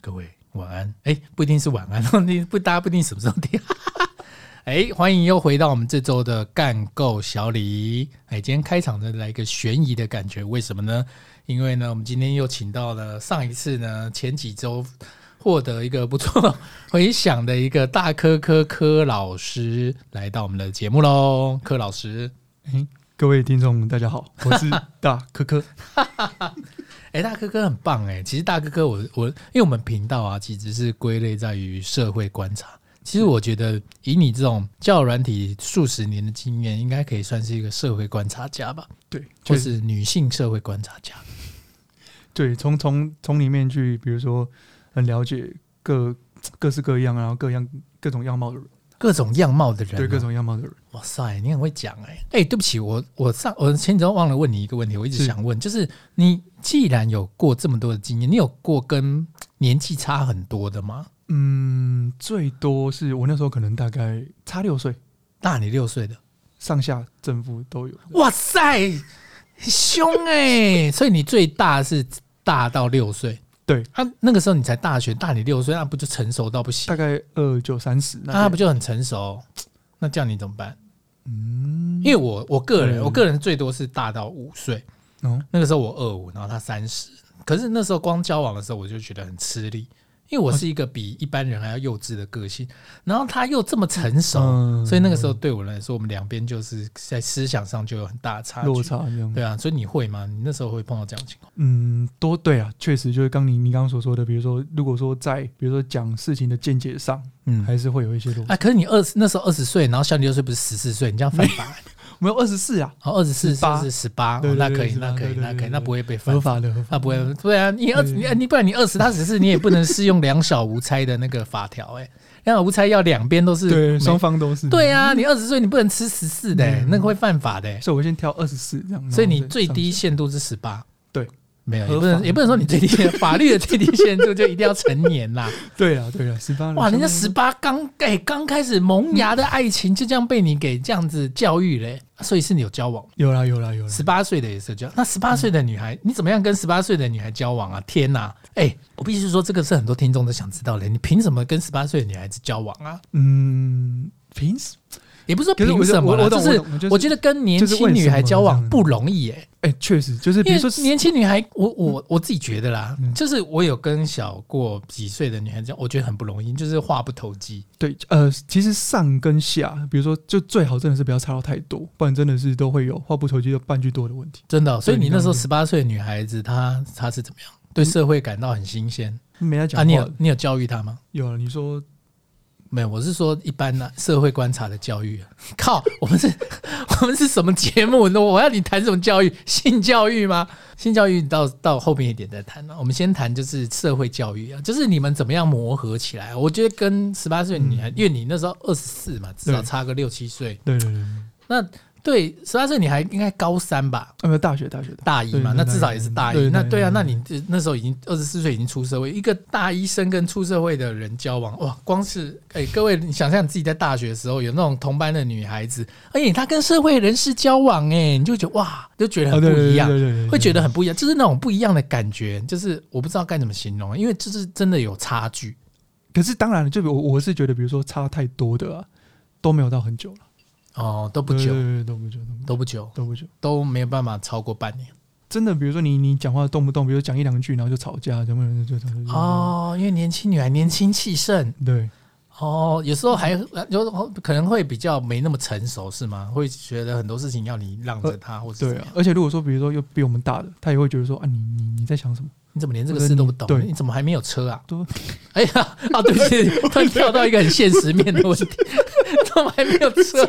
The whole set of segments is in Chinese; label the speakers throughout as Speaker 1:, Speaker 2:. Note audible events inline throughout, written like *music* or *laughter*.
Speaker 1: 各位晚安。哎，不一定是晚安， *laughs* 你不大家不一定什么时候听。 *laughs* 哎，欢迎又回到我们这周的干够小李。哎，今天开场呢来一个悬疑的感觉，为什么呢？因为呢，我们今天又请到了上一次呢前几周获得一个不错回响的一个大科科科老师来到我们的节目喽，柯老师。
Speaker 2: 各位听众，大
Speaker 1: *laughs*
Speaker 2: 家好，我是大科科。
Speaker 1: 哎、大哥哥很棒哎、其实大哥哥我，我因为我们频道啊，其实是归类在于社会观察。其实我觉得，以你这种教软体数十年的经验，应该可以算是一个社会观察家吧，
Speaker 2: 对，
Speaker 1: 就
Speaker 2: 就是
Speaker 1: 是女性社会观察家。
Speaker 2: 对，从从从里面去，比如说很了解各各式各样，然后各样各种样貌的人，
Speaker 1: 各种样貌的人、啊
Speaker 2: 对各。种样貌的人，
Speaker 1: 哇塞，你很会讲哎、哎、对不起，我我上我前几周忘了问你一个问题，我一直
Speaker 2: 是
Speaker 1: 想问，就是你既然有过这么多的经验，你有过跟年纪差很多的吗？
Speaker 2: 嗯，最多是我那时候可能大概差六岁
Speaker 1: 大你六岁的？
Speaker 2: 上下正负都有。
Speaker 1: 哇塞，很凶哎、所以你最大是大到六岁，
Speaker 2: 对，
Speaker 1: 啊，那个时候你才大学，大你六岁，那不就成熟到不行？
Speaker 2: 大概二九三十那
Speaker 1: 那、
Speaker 2: 边
Speaker 1: 啊不就很成熟？那叫你怎么办？
Speaker 2: 嗯
Speaker 1: 因，为我我个人，
Speaker 2: 嗯
Speaker 1: 我个人最多是大到五岁，
Speaker 2: 哦，
Speaker 1: 那个时候我二五，然后他三十。可是那时候光交往的时候，我就觉得很吃力，因为我是一个比一般人还要幼稚的个性，然后他又这么成熟，
Speaker 2: 嗯
Speaker 1: 所以那个时候对我来说，我们两边就是在思想上就有很大的差距。
Speaker 2: 嗯落差这样。
Speaker 1: 对啊，所以你会吗？你那时候会碰到这样的情况？
Speaker 2: 嗯，多对啊，确实就是刚你你刚刚所说的，比如说如果说在比如说讲事情的见解上，
Speaker 1: 嗯，
Speaker 2: 还是会有一些落差。
Speaker 1: 啊，可是你二十那时候二十岁，然后小你六岁不是十四岁，你这样犯法、欸，
Speaker 2: 没有二嗯十四啊，
Speaker 1: 然后二十四
Speaker 2: 18
Speaker 1: 是十八，
Speaker 2: 对
Speaker 1: 哦
Speaker 2: 对
Speaker 1: 那
Speaker 2: 对
Speaker 1: 可以，
Speaker 2: 18
Speaker 1: 那可以，
Speaker 2: 对对
Speaker 1: 那可以，
Speaker 2: 对
Speaker 1: 那不会被犯
Speaker 2: 合，法的，合法
Speaker 1: 那
Speaker 2: 的嗯
Speaker 1: 不会，对啊，你二十
Speaker 2: 对
Speaker 1: 你你不然你二十他只是你也不能适用两小无猜的那个法条，哎，两小无猜要两边都是
Speaker 2: 对，
Speaker 1: 每
Speaker 2: 双方都是。
Speaker 1: 对啊，你二十岁你不能吃十四的、欸，
Speaker 2: 嗯
Speaker 1: 那个会犯法的、欸，
Speaker 2: 所以我先挑二十四这样。
Speaker 1: 所以你
Speaker 2: 然后再
Speaker 1: 最低
Speaker 2: 上
Speaker 1: 限度是十八，
Speaker 2: 对。
Speaker 1: 没有，
Speaker 2: 合
Speaker 1: 也不能
Speaker 2: 法
Speaker 1: 也不能说你最低
Speaker 2: *laughs*
Speaker 1: 法律的最低限度就一定要成年啦。
Speaker 2: 去对啊，对啊，十八
Speaker 1: 哇，人家十八刚哎刚开始萌芽的爱情就这样被你给这样子教育嘞、所以是你有交往，
Speaker 2: 有啦有啦有啦，
Speaker 1: 十八岁的也是这样。那十八岁的女孩，你怎么样跟十八岁的女孩交往啊？天哪、哎、我必须说这个是很多听众都想知道的，你凭什么跟十八岁的女孩子交往啊？
Speaker 2: 嗯，平时
Speaker 1: 也不是说
Speaker 2: 可是
Speaker 1: 凭
Speaker 2: 我就
Speaker 1: 什么啦，
Speaker 2: 我我
Speaker 1: 就
Speaker 2: 懂
Speaker 1: 是
Speaker 2: 我懂就是
Speaker 1: 我觉得跟年
Speaker 2: 就是
Speaker 1: 轻
Speaker 2: 为
Speaker 1: 女
Speaker 2: 什
Speaker 1: 孩
Speaker 2: 么
Speaker 1: 交
Speaker 2: 这
Speaker 1: 往
Speaker 2: 样
Speaker 1: 不容易哎、
Speaker 2: 哎，确实就是比
Speaker 1: 因
Speaker 2: 如
Speaker 1: 为
Speaker 2: 说
Speaker 1: 年轻女孩，我我我自己觉得啦，
Speaker 2: 嗯
Speaker 1: 就是我有跟小过几岁的女孩子，我觉得很不容易，就是话不投机。
Speaker 2: 对呃，其实上跟下，比如说就最好真的是不要差到太多，不然真的是都会有话不投机的半句多的问题。
Speaker 1: 真的哦、所以
Speaker 2: 对
Speaker 1: 你
Speaker 2: 你
Speaker 1: 那时候
Speaker 2: 刚刚
Speaker 1: 十八岁的女孩子，她她是怎么样？对社会感到很新鲜
Speaker 2: 没在
Speaker 1: 啊？
Speaker 2: 讲
Speaker 1: 你
Speaker 2: 话
Speaker 1: 有，你有教育她吗？
Speaker 2: 有啊了你说
Speaker 1: 没有，我是说一般呢、社会观察的教育啊。 *laughs* 靠，我们是， *laughs* 我们是什么节目？那我要你谈什么教育？性教育吗？性教育到到后面一点再谈啊。我们先谈就是社会教育啊，就是你们怎么样磨合起来啊。我觉得跟十八岁女孩，因为你那时候二十四嘛，至少
Speaker 2: 嗯对
Speaker 1: 差个六七岁。
Speaker 2: 对
Speaker 1: 啊
Speaker 2: 对对，
Speaker 1: 那对十八岁女孩应该高三吧，
Speaker 2: 啊没有大学大学的，
Speaker 1: 大一嘛，
Speaker 2: 对
Speaker 1: 那
Speaker 2: 对
Speaker 1: 至少也是大一。
Speaker 2: 对对
Speaker 1: 那对啊，
Speaker 2: 对
Speaker 1: 那你这那时候已经二十四岁，已经出社会，一个大一生跟出社会的人交往，哇，光是哎、各位，你想象你自己在大学的时候有那种同班的女孩子，而且她跟社会人士交往、哎，你就觉得哇，就觉得
Speaker 2: 哦
Speaker 1: 很
Speaker 2: 对
Speaker 1: 不
Speaker 2: 对
Speaker 1: 一
Speaker 2: 对
Speaker 1: 样。
Speaker 2: 对对对
Speaker 1: 会觉
Speaker 2: 得
Speaker 1: 得很不一样，就是那种不一样的感觉，就是我不知道该怎么形容，因为就是真的有差距。
Speaker 2: 可是当然了，就比我我是觉得，比如说差太多的啊，都没有到很久了，
Speaker 1: 哦，都不久
Speaker 2: 对，对对都不久，都不久
Speaker 1: 都不久，
Speaker 2: 都不久。
Speaker 1: 都没有办法超过半年。
Speaker 2: 真的，比如说你你讲话动不动，比如讲一两句，然后就吵架，怎么样就就就就
Speaker 1: 哦，因为年轻女孩年轻气盛，
Speaker 2: 对，
Speaker 1: 哦，有时候还有可能会比较没那么成熟，是吗？会觉得很多事情要你让着她，或者怎
Speaker 2: 对
Speaker 1: 么
Speaker 2: 啊
Speaker 1: 样，
Speaker 2: 而且如果说比如说又比我们大的，他也会觉得说啊，你你你在想什么？
Speaker 1: 你怎么连这个事都不懂
Speaker 2: 或者？你对
Speaker 1: 你怎么还没有车
Speaker 2: *laughs*
Speaker 1: 啊
Speaker 2: 对？
Speaker 1: 哎呀，啊，对不起，突然跳到一个很现实面的问题， *laughs* 怎么还没有
Speaker 2: *laughs*
Speaker 1: 车？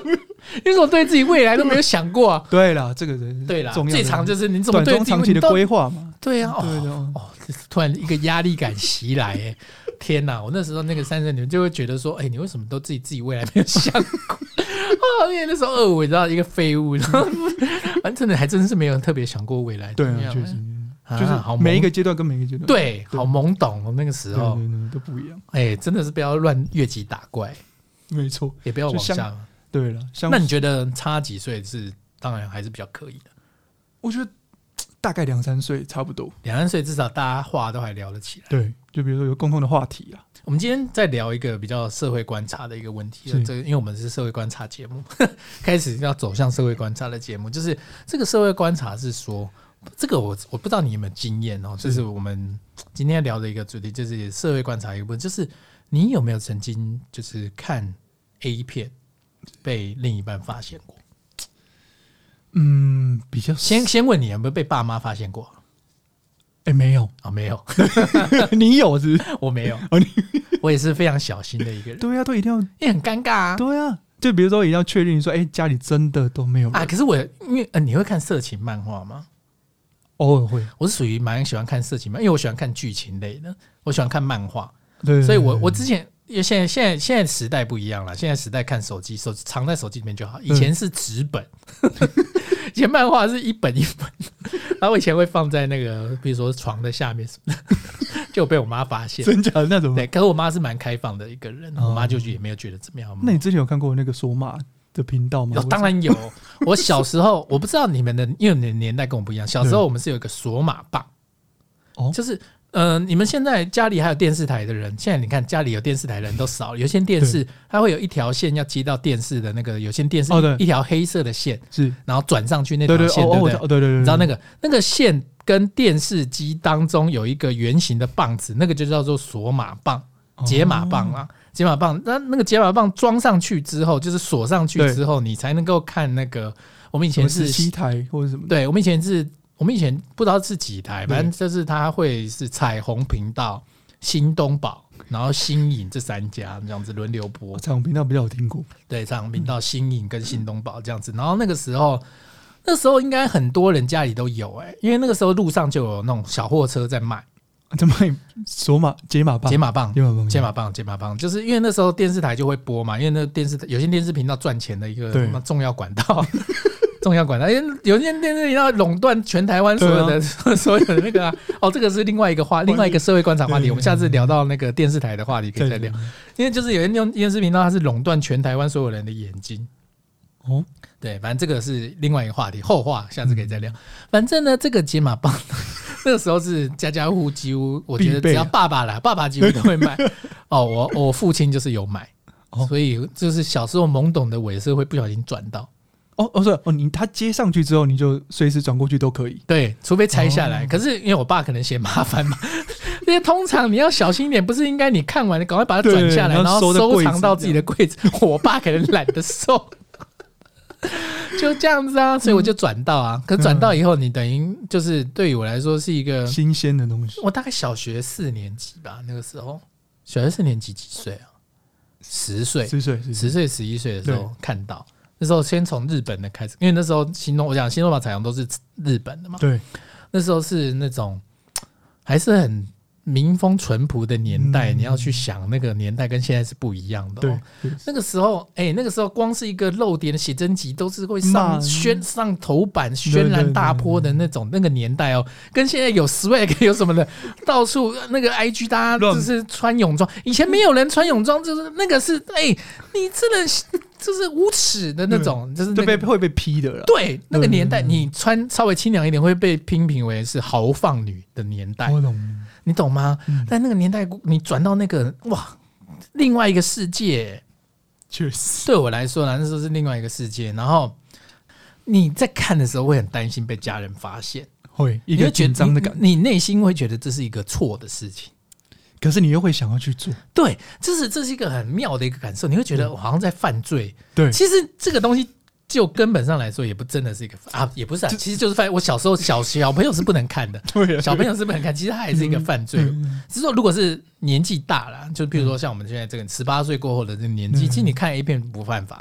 Speaker 1: 你怎么对自己未来都没有想过啊？
Speaker 2: *laughs* 对啦，这个人
Speaker 1: 对啦，
Speaker 2: 重要
Speaker 1: 最常就是是你怎么
Speaker 2: 短
Speaker 1: 对
Speaker 2: 中
Speaker 1: 自己
Speaker 2: 长期的
Speaker 1: 你都
Speaker 2: 规划嘛。
Speaker 1: 对啊，
Speaker 2: 对
Speaker 1: 哦
Speaker 2: 的哦，
Speaker 1: 哦，这突然一个压力感袭来、哎， *laughs* 天哪！我那时候那个三岁女就会觉得说，哎、你为什么都自己自己未来没有想过？ *laughs* 哦，因为那时候二五，你知道一个废物，然
Speaker 2: *laughs*
Speaker 1: 后完真的还真是没有特别想过未来
Speaker 2: 对
Speaker 1: 怎么
Speaker 2: 啊，
Speaker 1: 样
Speaker 2: 确实，
Speaker 1: 啊好
Speaker 2: 就是每一
Speaker 1: 懵
Speaker 2: 个阶段跟每一个阶段
Speaker 1: 对，好懵懂哦，那个时
Speaker 2: 对
Speaker 1: 候，
Speaker 2: 对对都不一样，
Speaker 1: 哎、真的是不要乱越级打怪，
Speaker 2: 没错。
Speaker 1: 也不要往
Speaker 2: 就像
Speaker 1: 下。
Speaker 2: 对了，像
Speaker 1: 那你觉得差几岁是当然还是比较可以的，
Speaker 2: 我觉得大概两三岁差不多。
Speaker 1: 两三岁至少大家话都还聊得起来。
Speaker 2: 对，就比如说有共同的话题啊啦，
Speaker 1: 我们今天在聊一个比较社会观察的一个问题，
Speaker 2: 是
Speaker 1: 这个因为我们是社会观察节目， *laughs* 开始要走向社会观察的节目，就是这个社会观察是说，这个我我不知道你有没有经验哦，就是我们今天聊的一个主题，就是社会观察一个部分，就是你有没有曾经就是看 A 片被另一半发现过？
Speaker 2: 嗯，比较
Speaker 1: 先先问你有没有被爸妈发现过？
Speaker 2: 哎、
Speaker 1: *laughs*
Speaker 2: 没有，
Speaker 1: 啊、没有，
Speaker 2: 你有是不是？
Speaker 1: 我没有
Speaker 2: 哦你，
Speaker 1: 我也是非常小心的一个人，
Speaker 2: 对啊，都一定要，
Speaker 1: 也很尴尬啊。
Speaker 2: 对啊，就比如说一定要确定说，哎、家里真的都没有人，
Speaker 1: 啊，可是我因为呃，你会看色情漫画吗？
Speaker 2: 偶尔会，
Speaker 1: 我是属于蛮喜欢看色情漫，因为我喜欢看剧情类的，我喜欢看漫画，
Speaker 2: 对，
Speaker 1: 所以我我之前因为现在现在现在时代不一样了，现在时代看手机，手藏在手机里面就
Speaker 2: 嗯
Speaker 1: 好。以前是纸本，以前漫画是一本一本，然后我以前会放在那个比如说床的下面什么的， *laughs* 就被我妈发现。
Speaker 2: 真假的那种。
Speaker 1: 对，可是我妈是蛮开放的一个人，
Speaker 2: 哦
Speaker 1: 我妈就也没有觉得怎么样。
Speaker 2: 那你之前有看过那个索马的频道吗
Speaker 1: 有？哦当然
Speaker 2: *laughs*
Speaker 1: 有，我小时候我不知道你们的，因为你的年代跟我不一样。小时候
Speaker 2: 对
Speaker 1: 我们是有一个索马棒，
Speaker 2: 嗯哦
Speaker 1: 就是呃，你们现在家里还有电视台的人，现在你看家里有电视台的人都少了，有线电视它会有一条线要接到电视的那个有线电视，
Speaker 2: 哦对
Speaker 1: 一条黑色的线，
Speaker 2: 是，
Speaker 1: 然后转上去那
Speaker 2: 对
Speaker 1: 条
Speaker 2: 对，
Speaker 1: 线，
Speaker 2: 哦哦，
Speaker 1: 不
Speaker 2: 我
Speaker 1: 对
Speaker 2: 知？道对对对，
Speaker 1: 你知道那
Speaker 2: 个
Speaker 1: 个那个线跟电视机当中有一个圆形的棒子，那个就叫做索马棒。
Speaker 2: 哦
Speaker 1: 解码棒啊，解码棒。那那个解码棒装上去之后，就是锁上去之后，你才能够看那个。我们以
Speaker 2: 以
Speaker 1: 前
Speaker 2: 是
Speaker 1: 是，
Speaker 2: 七台或者什么的，
Speaker 1: 对，我们以前是，我们以前不知道是几台，
Speaker 2: 对
Speaker 1: 反正就是它会是彩虹频道、新东宝，然后新影这三家这样子轮流播
Speaker 2: 我。彩虹频道比较有听过，
Speaker 1: 对，彩虹频道、新影跟新东宝这样子。然后那个时候，那时候应该很多人家里都有哎、因为那个时候路上就有那种小货车在卖
Speaker 2: 啊怎么会索马解码棒？
Speaker 1: 解码棒，
Speaker 2: 解码棒，
Speaker 1: 解码棒，解码棒，就是因为那时候电视台就会播嘛，因为那电视台有些电视频道赚钱的一个
Speaker 2: 对
Speaker 1: 什么重要管道， *laughs* 重要管道，因为有些电视频道垄断全台湾所有的、 *laughs* 所有的那个、啊，哦，这个是另外一个话，另外一个社会观察话
Speaker 2: 对
Speaker 1: 题，我们下次聊到那个电视台的话题可以
Speaker 2: 对
Speaker 1: 再
Speaker 2: 对
Speaker 1: 聊，
Speaker 2: 对
Speaker 1: 因为就是有些用电视频道它是垄断全台湾所有人的眼睛，
Speaker 2: 哦，
Speaker 1: 对，反正这个是另外一个话题，后话下次可以再聊。
Speaker 2: 嗯
Speaker 1: 反正呢，这个解码棒 *laughs* 那个时候是家家户户几乎，我觉得
Speaker 2: 必备啊
Speaker 1: 只要爸爸来，爸爸几乎都会
Speaker 2: *laughs*
Speaker 1: 买。哦，我我父亲就是有买，
Speaker 2: 哦
Speaker 1: 所以就是小时候懵懂的我也是会不小心转到，
Speaker 2: 哦哦，是哦，你他接上去之后，你就随时转过去都可以。
Speaker 1: 对，除非拆下来。
Speaker 2: 哦
Speaker 1: 可是因为我爸可能嫌麻烦嘛， *laughs* 因为通常你要小心一点，不是应该你看完了赶快把它转下来，然后
Speaker 2: 对然后收在
Speaker 1: 收
Speaker 2: 柜子
Speaker 1: 藏到自己的柜子。 *laughs* 我爸可能懒得收， *laughs* 就这样子啊，所以我就转到啊。可转到以后，你等于就是对于我来说是一个，
Speaker 2: 新鲜的东西，
Speaker 1: 我大概小学四年级吧，那个时候小学四年级几岁啊？十岁，
Speaker 2: 是是是
Speaker 1: 十
Speaker 2: 是，
Speaker 1: 岁、十一岁的时候看到。那时候先从日本的开始，因为那时候新东，我讲新东宝彩虹都是日本的嘛，
Speaker 2: 对，
Speaker 1: 那时候是那种还是很民风淳朴的年代，
Speaker 2: 嗯
Speaker 1: 你要去想那个年代跟现在是不一样的、哦
Speaker 2: 对。，对
Speaker 1: 那个时候，哎、那个时候光是一个漏点的写真集都是会上
Speaker 2: 骂
Speaker 1: 宣上头版、轩然大波的那种那个年代哦，跟现在有 swag *laughs* 有什么的，到处那个 IG 大家
Speaker 2: 乱
Speaker 1: 就是穿泳装，以前没有人穿泳装，就是那个是哎、你真的是就是无耻的那种，就是那
Speaker 2: 就
Speaker 1: 个
Speaker 2: 被会被批的了。
Speaker 1: 对，那个年代，
Speaker 2: 嗯
Speaker 1: 你穿稍微清凉一点会被批评为是豪放女的年代，
Speaker 2: 我懂，
Speaker 1: 你懂吗？
Speaker 2: 嗯
Speaker 1: 但那个年代，你转到那个哇，另外一个世界，
Speaker 2: 确实，
Speaker 1: 对我来说呢，那时候是另外一个世界。然后你在看的时候会很担心被家人发现，
Speaker 2: 会一
Speaker 1: 你
Speaker 2: 个
Speaker 1: 会觉
Speaker 2: 紧张
Speaker 1: 得
Speaker 2: 的
Speaker 1: 你
Speaker 2: 感，
Speaker 1: 你内心会觉得这是一个错的事情。
Speaker 2: 可是你又会想要去做，
Speaker 1: 对，这是这是一个很妙的一个感受，你会觉得我好像在犯罪。*laughs*
Speaker 2: 对
Speaker 1: 其实这个东西就根本上来说，也不真的是一个啊，也不是、啊，
Speaker 2: 这
Speaker 1: 其实就是犯。我小时候小小朋友是不能看
Speaker 2: *laughs*
Speaker 1: 的，
Speaker 2: 对
Speaker 1: 小朋友是不能看，其实它还是一个犯罪。
Speaker 2: 嗯
Speaker 1: 只是说，如果是年纪大了，就比如说像我们现在这个十八岁过后的这个年纪，
Speaker 2: 嗯
Speaker 1: 其实你看 A 片不犯法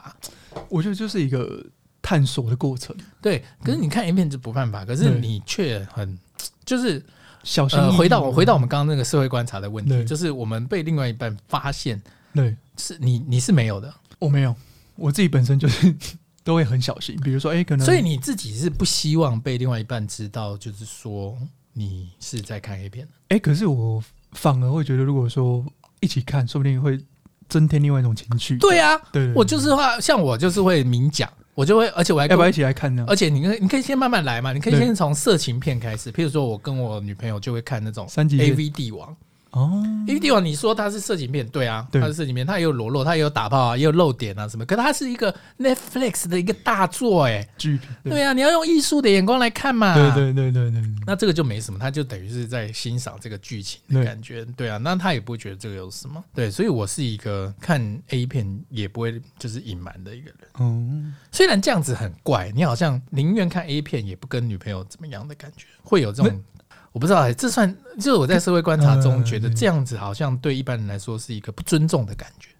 Speaker 1: 啊、
Speaker 2: 我觉得就是一个探索的过程，
Speaker 1: 对。可是你看 A 片就不犯法，可是
Speaker 2: 嗯对
Speaker 1: 你却很就是
Speaker 2: 小心
Speaker 1: 呃，
Speaker 2: 翼翼。
Speaker 1: 回到回到我们刚刚那个社会观察的问题，
Speaker 2: 嗯对
Speaker 1: 就是我们被另外一半发现，
Speaker 2: 对，
Speaker 1: 是你你是没有的，
Speaker 2: 我没有，我自己本身就是 *laughs* 都会很小心，比如说，哎、可能
Speaker 1: 所以你自己是不希望被另外一半知道，就是说你是在看 A 片的。
Speaker 2: 哎、可是我反而会觉得，如果说一起看，说不定会增添另外一种情趣。
Speaker 1: 对啊，
Speaker 2: 对对，
Speaker 1: 我就是话，像我就是会明讲，我就会，而且我还
Speaker 2: 要
Speaker 1: 跟
Speaker 2: 不
Speaker 1: 我
Speaker 2: 要一起来看呢？
Speaker 1: 而且你可以你可以先慢慢来嘛，你可以
Speaker 2: 对
Speaker 1: 先从色情片开始，譬如说我跟我女朋友就会看那种
Speaker 2: 三级
Speaker 1: A
Speaker 2: 片
Speaker 1: V 帝王
Speaker 2: 哦，
Speaker 1: ，A V 帝王，你说它是色情片，对啊，
Speaker 2: 对
Speaker 1: 它是色情片，它也有裸露，它也有打炮啊，也有露点啊什么，可它是一个 Netflix 的一个大作、欸，
Speaker 2: 剧评
Speaker 1: 哎，对啊，你啊要用艺术的眼光来看嘛，
Speaker 2: 对对对对对对，
Speaker 1: 那这个就没什么，他就等于是在欣赏这个剧情的感觉，对啊，那他也不会觉得这个有什么，对，所以我是一个看 A 片也不会就是隐瞒的一个人，
Speaker 2: 嗯，
Speaker 1: 虽然这样子很怪，你好像宁愿看 A 片也不跟女朋友怎么样的感觉，会有这种。我不知道、哎，这算就是我在社会观察中
Speaker 2: 嗯
Speaker 1: 觉得这样子好像对一般人来说是一个不尊重的感觉。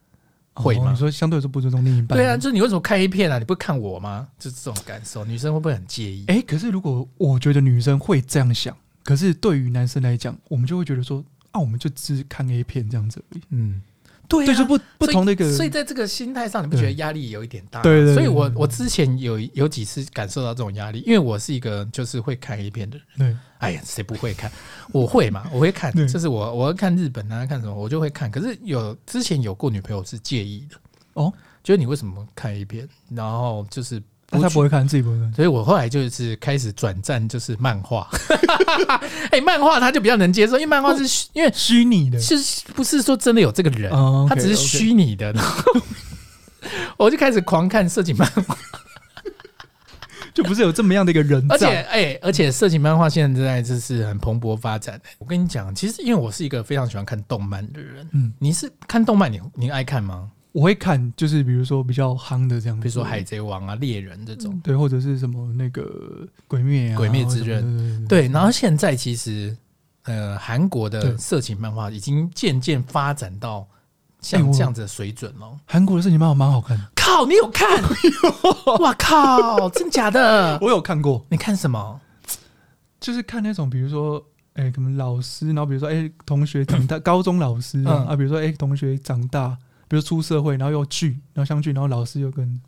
Speaker 1: 会
Speaker 2: 哦
Speaker 1: 吗
Speaker 2: 你说相对来说不尊重另一半？
Speaker 1: 对啊，就是你为什么看 A 片啊？你不看我吗？就是这种感受，女生会不会很介意？
Speaker 2: 哎、可是如果我觉得女生会这样想，可是对于男生来讲，我们就会觉得说啊，我们就只是看 A 片这样子而已。
Speaker 1: 嗯，对
Speaker 2: 对，就不不
Speaker 1: 所以
Speaker 2: 同的一个
Speaker 1: 所以在这个心态上，你不觉得压力有一点大吗？
Speaker 2: 对对对
Speaker 1: 所以我
Speaker 2: 对对
Speaker 1: 我之前有有几次感受到这种压力，因为我是一个就是会看 A 片的人。
Speaker 2: 对，
Speaker 1: 哎呀，谁不会看？我会嘛，我会看，
Speaker 2: 对
Speaker 1: 就是我我要看日本啊，看什么我就会看。可是有之前有过女朋友是介意的
Speaker 2: 哦，
Speaker 1: 就是你为什么看 A 片？然后就是
Speaker 2: 那他不
Speaker 1: 去。
Speaker 2: 会看，自己不会看。
Speaker 1: 所以我后来就是开始转战就是漫画， *laughs* 哎、漫画他就比较能接受，因为漫画
Speaker 2: 哦
Speaker 1: 是虚因为
Speaker 2: 虚拟的，
Speaker 1: 是不是说真的有这个人？
Speaker 2: 哦
Speaker 1: 他
Speaker 2: OK，
Speaker 1: 只是
Speaker 2: OK
Speaker 1: 虚拟的。然后我就开始狂看色情漫画，
Speaker 2: 就不是有这么样的一个人
Speaker 1: 而且
Speaker 2: 在。
Speaker 1: 哎、而且色情漫画现在就是很蓬勃发展、欸我跟你讲，其实因为我是一个非常喜欢看动漫的人，
Speaker 2: 嗯，
Speaker 1: 你是看动漫你你爱看吗？
Speaker 2: 我会看，就是比如说比较夯的这样子，
Speaker 1: 比如说《海贼王》啊、《猎人》这种。
Speaker 2: 对，或者是什么那个鬼灭啊，
Speaker 1: 鬼灭之刃
Speaker 2: 或者什么的，
Speaker 1: 对，然后现在其实呃，韩国的
Speaker 2: 对
Speaker 1: 色情漫画已经渐渐发展到
Speaker 2: 哎
Speaker 1: 像
Speaker 2: 我
Speaker 1: 这样子的水准了。
Speaker 2: 韩国的事情漫画蛮好看的，
Speaker 1: 靠，你有 *laughs* 看？哇靠，真假的？
Speaker 2: 我有看过，
Speaker 1: 你看什么？
Speaker 2: 就是看那种比如说。哎、可能老师，然后比如说，哎、同学长大，高中老师啊，
Speaker 1: 嗯
Speaker 2: 啊比如说，哎、同学长大，比如出社会，然后又聚，然后相聚，然后老师又跟，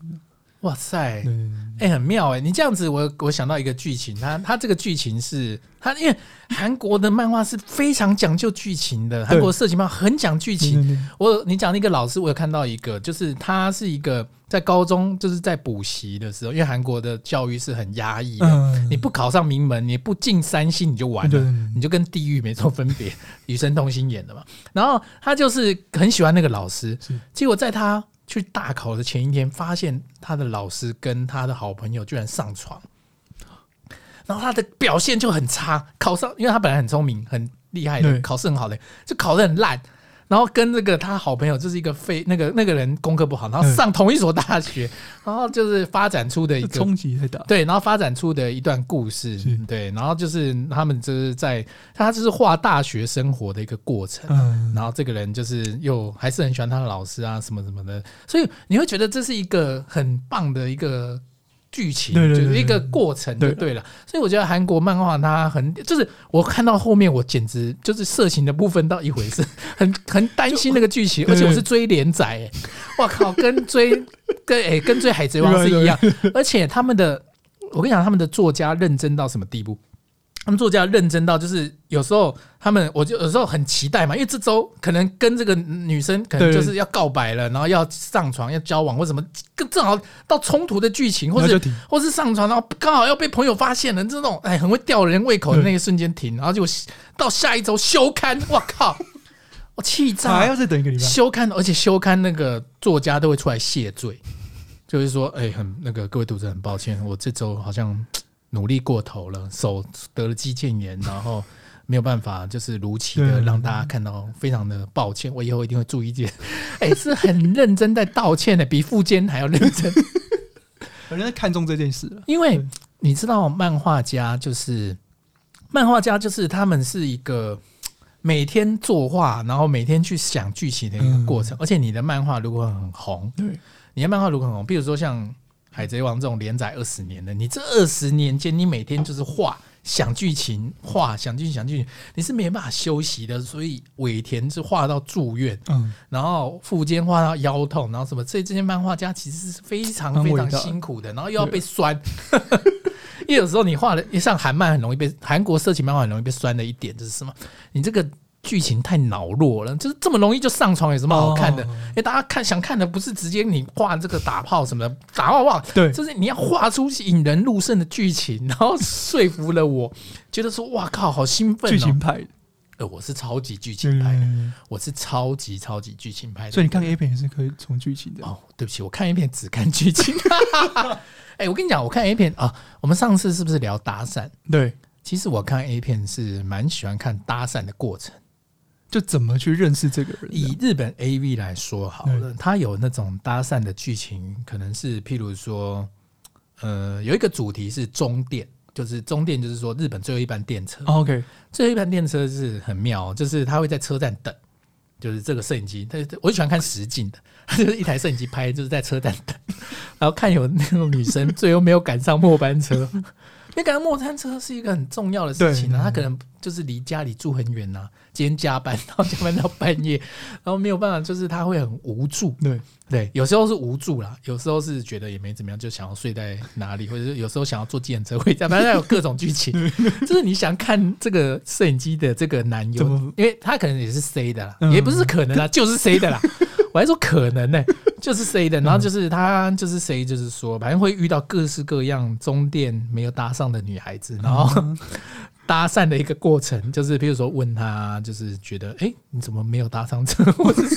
Speaker 1: 哇塞
Speaker 2: 对，对对，
Speaker 1: 哎、很妙哎、你这样子我，我想到一个剧情，它它这个剧情是它，因为韩国的漫画是非常讲究剧情的，韩国色情漫画很讲剧情。
Speaker 2: 对对
Speaker 1: 我你讲那个老师，我有看到一个，就是他是一个在高中就是在补习的时候，因为韩国的教育是很压抑的，
Speaker 2: 嗯，
Speaker 1: 你不考上名门，你不进三星你就完
Speaker 2: 对
Speaker 1: 了
Speaker 2: 对。对
Speaker 1: 你就跟地狱没什么分别，与神同心演的嘛。然后他就是很喜欢那个老师
Speaker 2: 是，
Speaker 1: 结果在他去大考的前一天，发现他的老师跟他的好朋友居然上床，然后他的表现就很差，考上，因为他本来很聪明、很厉害的，
Speaker 2: 对
Speaker 1: 考试很好的，就考得很烂。然后跟那个他好朋友就是一个非那个那个人功课不好，然后
Speaker 2: 嗯
Speaker 1: 上同一所大学， *laughs* 然后就是发展出的一
Speaker 2: 这
Speaker 1: 个
Speaker 2: 冲击太大，
Speaker 1: 对，然后发展出的一段故事
Speaker 2: 是，
Speaker 1: 对，然后就是他们就是在他就是画大学生活的一个过程。
Speaker 2: 嗯，
Speaker 1: 然后这个人就是又还是很喜欢他的老师啊，什么什么的，所以你会觉得这是一个很棒的一个剧情，
Speaker 2: 对对对
Speaker 1: 就是一个
Speaker 2: 对
Speaker 1: 过程就
Speaker 2: 对
Speaker 1: 对了。所以我觉得韩国漫画它很，就是我看到后面我简直就是色情的部分到一回事，很很担心那个剧情，
Speaker 2: 就
Speaker 1: 而且我
Speaker 2: 对对
Speaker 1: 是追连载、欸，哇靠，跟追跟哎、跟追海贼王是一样，而且他们的我跟你讲，他们的作家认真到什么地步？他们作家认真到，就是有时候他们，我就有时候很期待嘛，因为这周可能跟这个女生可能
Speaker 2: 对
Speaker 1: 就是要告白了，然后要上床、要交往或什么，更正好到冲突的剧情，
Speaker 2: 然
Speaker 1: 或
Speaker 2: 后就
Speaker 1: 是
Speaker 2: 停，
Speaker 1: 或是上床，然后刚好要被朋友发现了，这种哎很会吊人胃口的
Speaker 2: 对
Speaker 1: 那一瞬间停，然后就到下一周休刊，我靠，我气炸，
Speaker 2: 还要再等一个礼拜，
Speaker 1: 休刊，而且休刊那个作家都会出来谢罪， *laughs* 就是说，哎、很那个各位读者很抱歉，我这周好像嘖努力过头了，手得了肌腱炎，然后没有办法，就是如期的
Speaker 2: 对
Speaker 1: 让大家看到，非常的抱歉，我以后一定会注意一点。 *laughs* 哎、是很认真在道歉的，比富坚还要认真，
Speaker 2: 反正看中这件事了，嗯
Speaker 1: 因为
Speaker 2: 对
Speaker 1: 你知道，漫画家就是漫画家，就是他们是一个。嘖每天作画，然后每天去想剧情的一个过程，而且你的漫画如果很红，
Speaker 2: 嗯对，
Speaker 1: 你的漫画如果很红，比如说像《海贼王》这种连载二十年的，你这二十年间，你每天就是画想剧情，画想剧情想剧情，你是没办法休息的。所以尾田是画到住院，
Speaker 2: 嗯，
Speaker 1: 然后富坚画到腰痛，然后什么，所以这些漫画家其实是非常
Speaker 2: 很
Speaker 1: 非
Speaker 2: 伟
Speaker 1: 常
Speaker 2: 大
Speaker 1: 辛苦的，然后又要被酸。 *laughs* 因为有时候你画的像韩漫很容易被韩国色情漫画很容易被酸的一点就是什么？你这个剧情太脑弱了，就是这么容易就上床有什么好看的？
Speaker 2: 哦
Speaker 1: 因为大家看想看的不是直接你画这个打炮什么的，打炮哇，
Speaker 2: 对
Speaker 1: 就是你要画出引人入胜的剧情，然后说服了我，觉得说哇靠，好兴奋
Speaker 2: 剧
Speaker 1: 哦
Speaker 2: 情！嗯派的，
Speaker 1: 呃，我是超级剧情
Speaker 2: 对
Speaker 1: 派的，
Speaker 2: 对
Speaker 1: 我是超级超级剧情派的，
Speaker 2: 所以你看 A 片也是可以从剧情的。
Speaker 1: 哦，对不起，我看 A 片只看剧情。 *laughs* 哎、我跟你讲，我看 A 片啊，我们上次是不是聊搭讪？
Speaker 2: 对，
Speaker 1: 其实我看 A 片是蛮喜欢看搭讪的过程。
Speaker 2: 就怎么去认识这个人这样？
Speaker 1: 以日本 A V 来说好了，它有那种搭讪的剧情，可能是譬如说，呃，有一个主题是终电，就是终电，就是说日本最后一班电车。
Speaker 2: 哦 OK，
Speaker 1: 最后一班电车是很妙、哦，就是它会在车站等，就是这个摄影机，它我喜欢看实景的， *laughs* 它就是一台摄影机拍，就是在车站等，然后看有那种女生最后没有赶上末班车， *laughs* 因为赶上末班车是一个很重要的事情
Speaker 2: 对
Speaker 1: 啊，
Speaker 2: 嗯
Speaker 1: 她可能就是离家里住很远呐、啊今天加班，然后加班到半夜，然后没有办法，就是她会很无助，
Speaker 2: 对，
Speaker 1: 对，有时候是无助啦，有时候是觉得也没怎么样，就想要睡在哪里，或者是有时候想要坐计程车回家，反正有各种剧
Speaker 2: *laughs*
Speaker 1: 情。就是你想看这个摄影机的这个男
Speaker 2: 怎
Speaker 1: 友
Speaker 2: 么，
Speaker 1: 因为他可能也是 C 的啦，
Speaker 2: 嗯
Speaker 1: 也不是可
Speaker 2: *laughs*
Speaker 1: 能啦，就是 C 的啦。我还说可能呢、就是 C
Speaker 2: 嗯
Speaker 1: 的，然后就是他就是谁，就是说，反正会遇到各式各样中电没有搭上的女孩子，然
Speaker 2: 嗯
Speaker 1: 后搭讪的一个过程，就是比如说问他，就是觉得，哎、你怎么没有搭上
Speaker 2: *laughs*
Speaker 1: 车，或者是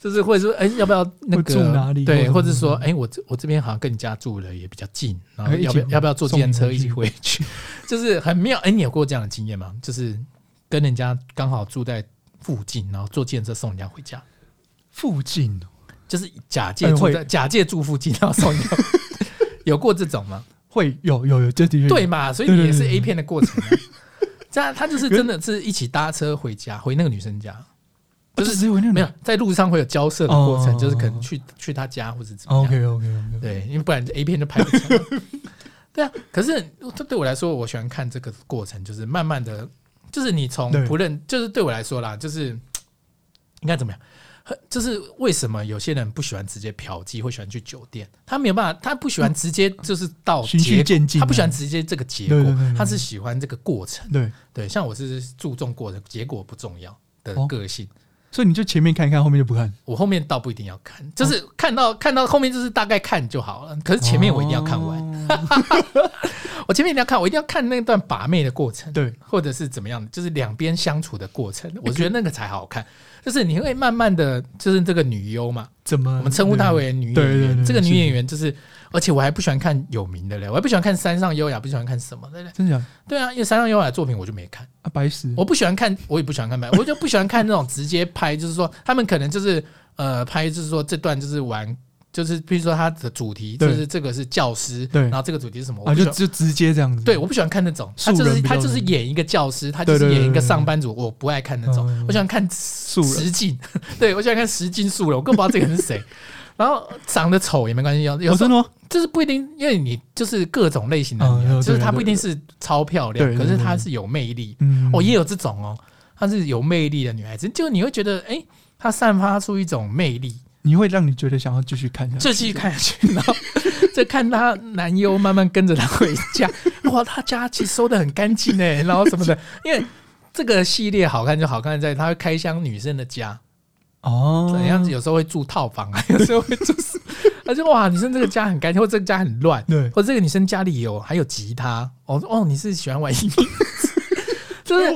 Speaker 1: 就是或者说，哎、要不要那个
Speaker 2: 我住哪里
Speaker 1: 对，
Speaker 2: 或
Speaker 1: 或
Speaker 2: 者
Speaker 1: 者
Speaker 2: 什么
Speaker 1: 说，哎、我这我这边好像跟你家住的也比较近，然后
Speaker 2: 哎一起
Speaker 1: 要不要要不要坐
Speaker 2: 送
Speaker 1: 电
Speaker 2: 你
Speaker 1: 车
Speaker 2: 回
Speaker 1: 一起
Speaker 2: 去
Speaker 1: 回去？ *laughs* 就是很妙。哎、你有过这样的经验吗？就是跟人家刚好住在附近，然后坐电车送人家回家，
Speaker 2: 附近哦
Speaker 1: 就是假借
Speaker 2: 哎
Speaker 1: 住
Speaker 2: 会
Speaker 1: 在、假借住附近，然后送人
Speaker 2: *laughs*
Speaker 1: 家。有过这种吗？
Speaker 2: 会有有有，这的确有啊
Speaker 1: 对嘛，所以你也是
Speaker 2: 嗯对对
Speaker 1: A 片的过
Speaker 2: *laughs*
Speaker 1: 程、啊。这样他就是真的是一起搭车回家，回那个女生家，
Speaker 2: 啊
Speaker 1: 就
Speaker 2: 就是是只有那
Speaker 1: 没有在路上会有交涉的过程，
Speaker 2: 哦
Speaker 1: 就是可能去去他家或者怎么样。
Speaker 2: OK OK OK，
Speaker 1: 对，因为不然 A 片就拍不成。对啊，可是这对我来说，我喜欢看这个过程，就是慢慢的，就是你从
Speaker 2: 对
Speaker 1: 不认，就是对我来说啦，就是应该怎么样？很就是为什么有些人不喜欢直接嫖妓，会喜欢去酒店？他没有办法，他不喜欢直接就是到
Speaker 2: 循
Speaker 1: 结
Speaker 2: 序渐进啊，
Speaker 1: 他不喜欢直接这个结
Speaker 2: 对
Speaker 1: 果
Speaker 2: 对对，对
Speaker 1: 他是喜欢这个过程。
Speaker 2: 对，
Speaker 1: 对，像我是注重过程，结果不重要的
Speaker 2: 哦
Speaker 1: 个性。
Speaker 2: 所以你就前面看一看，后面就不看。
Speaker 1: 我后面倒不一定要看，就是
Speaker 2: 哦
Speaker 1: 看到看到后面就是大概看就好了。可是前面我一定要看完，
Speaker 2: 完，
Speaker 1: 我前面一定要看，我一定要看那段把妹的过程，
Speaker 2: 对，
Speaker 1: 或者是怎么样的，就是两边相处的过程，我觉得那个才好看。就是你会慢慢的就是这个女优嘛，
Speaker 2: 怎么
Speaker 1: 我们称呼她为女
Speaker 2: 嗯对
Speaker 1: 演
Speaker 2: 对对
Speaker 1: 员。
Speaker 2: 对
Speaker 1: 这个女
Speaker 2: 是
Speaker 1: 演员就是，而且我还不喜欢看有名的嘞，我还不喜欢看山上优雅，不喜欢看什么的嘞。
Speaker 2: 真的假的
Speaker 1: 对啊，因为山上优雅的作品我就没看。
Speaker 2: 啊？白石，
Speaker 1: 我不喜欢看，我也不喜欢看拍，我就不喜欢看那种直接拍，就是说他们可能就是呃拍，就是说这段就是玩，就是比如说它的主题就
Speaker 2: 对
Speaker 1: 是这个是教师，
Speaker 2: 对
Speaker 1: 然后这个主题是什么，我
Speaker 2: 啊，
Speaker 1: 不喜
Speaker 2: 就
Speaker 1: 欢。
Speaker 2: 就直接这样子。
Speaker 1: 对，我不喜欢看那种，他
Speaker 2: 素
Speaker 1: 就
Speaker 2: 人
Speaker 1: 是
Speaker 2: 比
Speaker 1: 他
Speaker 2: 较
Speaker 1: 就是演一个教师，他就是
Speaker 2: 对对对
Speaker 1: 演一个
Speaker 2: 对对
Speaker 1: 上班族，我不爱看那种
Speaker 2: 嗯，
Speaker 1: 我喜欢看
Speaker 2: 素人
Speaker 1: 实境， *laughs* 对我喜欢看实境素人，我更不知道这个人是谁。然后长得丑也没关系，有有
Speaker 2: 我
Speaker 1: 时
Speaker 2: 哦真
Speaker 1: 候
Speaker 2: 的吗？
Speaker 1: 就是不一定，因为你就是各种类型的女
Speaker 2: 嗯
Speaker 1: 啊，
Speaker 2: 对
Speaker 1: 就是她
Speaker 2: 对
Speaker 1: 不一定是超漂亮，
Speaker 2: 对
Speaker 1: 可
Speaker 2: 对
Speaker 1: 是
Speaker 2: 对
Speaker 1: 她
Speaker 2: 对
Speaker 1: 是有魅力，
Speaker 2: 嗯，
Speaker 1: 哦，也有这种哦，她是有魅力的女孩子，就你会觉得，哎、她散发出一种魅力，
Speaker 2: 你会让你觉得想要继续
Speaker 1: *laughs*
Speaker 2: 看下去。
Speaker 1: 就继续看下去，然后再看她男优慢慢跟着她回
Speaker 2: *laughs*
Speaker 1: 家，哇，她家其实收的很干净哎，然后什么的，因为这个系列好看就好看在她会开箱女生的家，
Speaker 2: 哦，
Speaker 1: 怎样？？有时候会住套房啊，有时候会住宿， *laughs* 而且哇，女生这个家很干净，或这个家很乱，
Speaker 2: 对，
Speaker 1: 或这个女生家里有还有吉他，哦哦，你是喜欢玩音乐，就是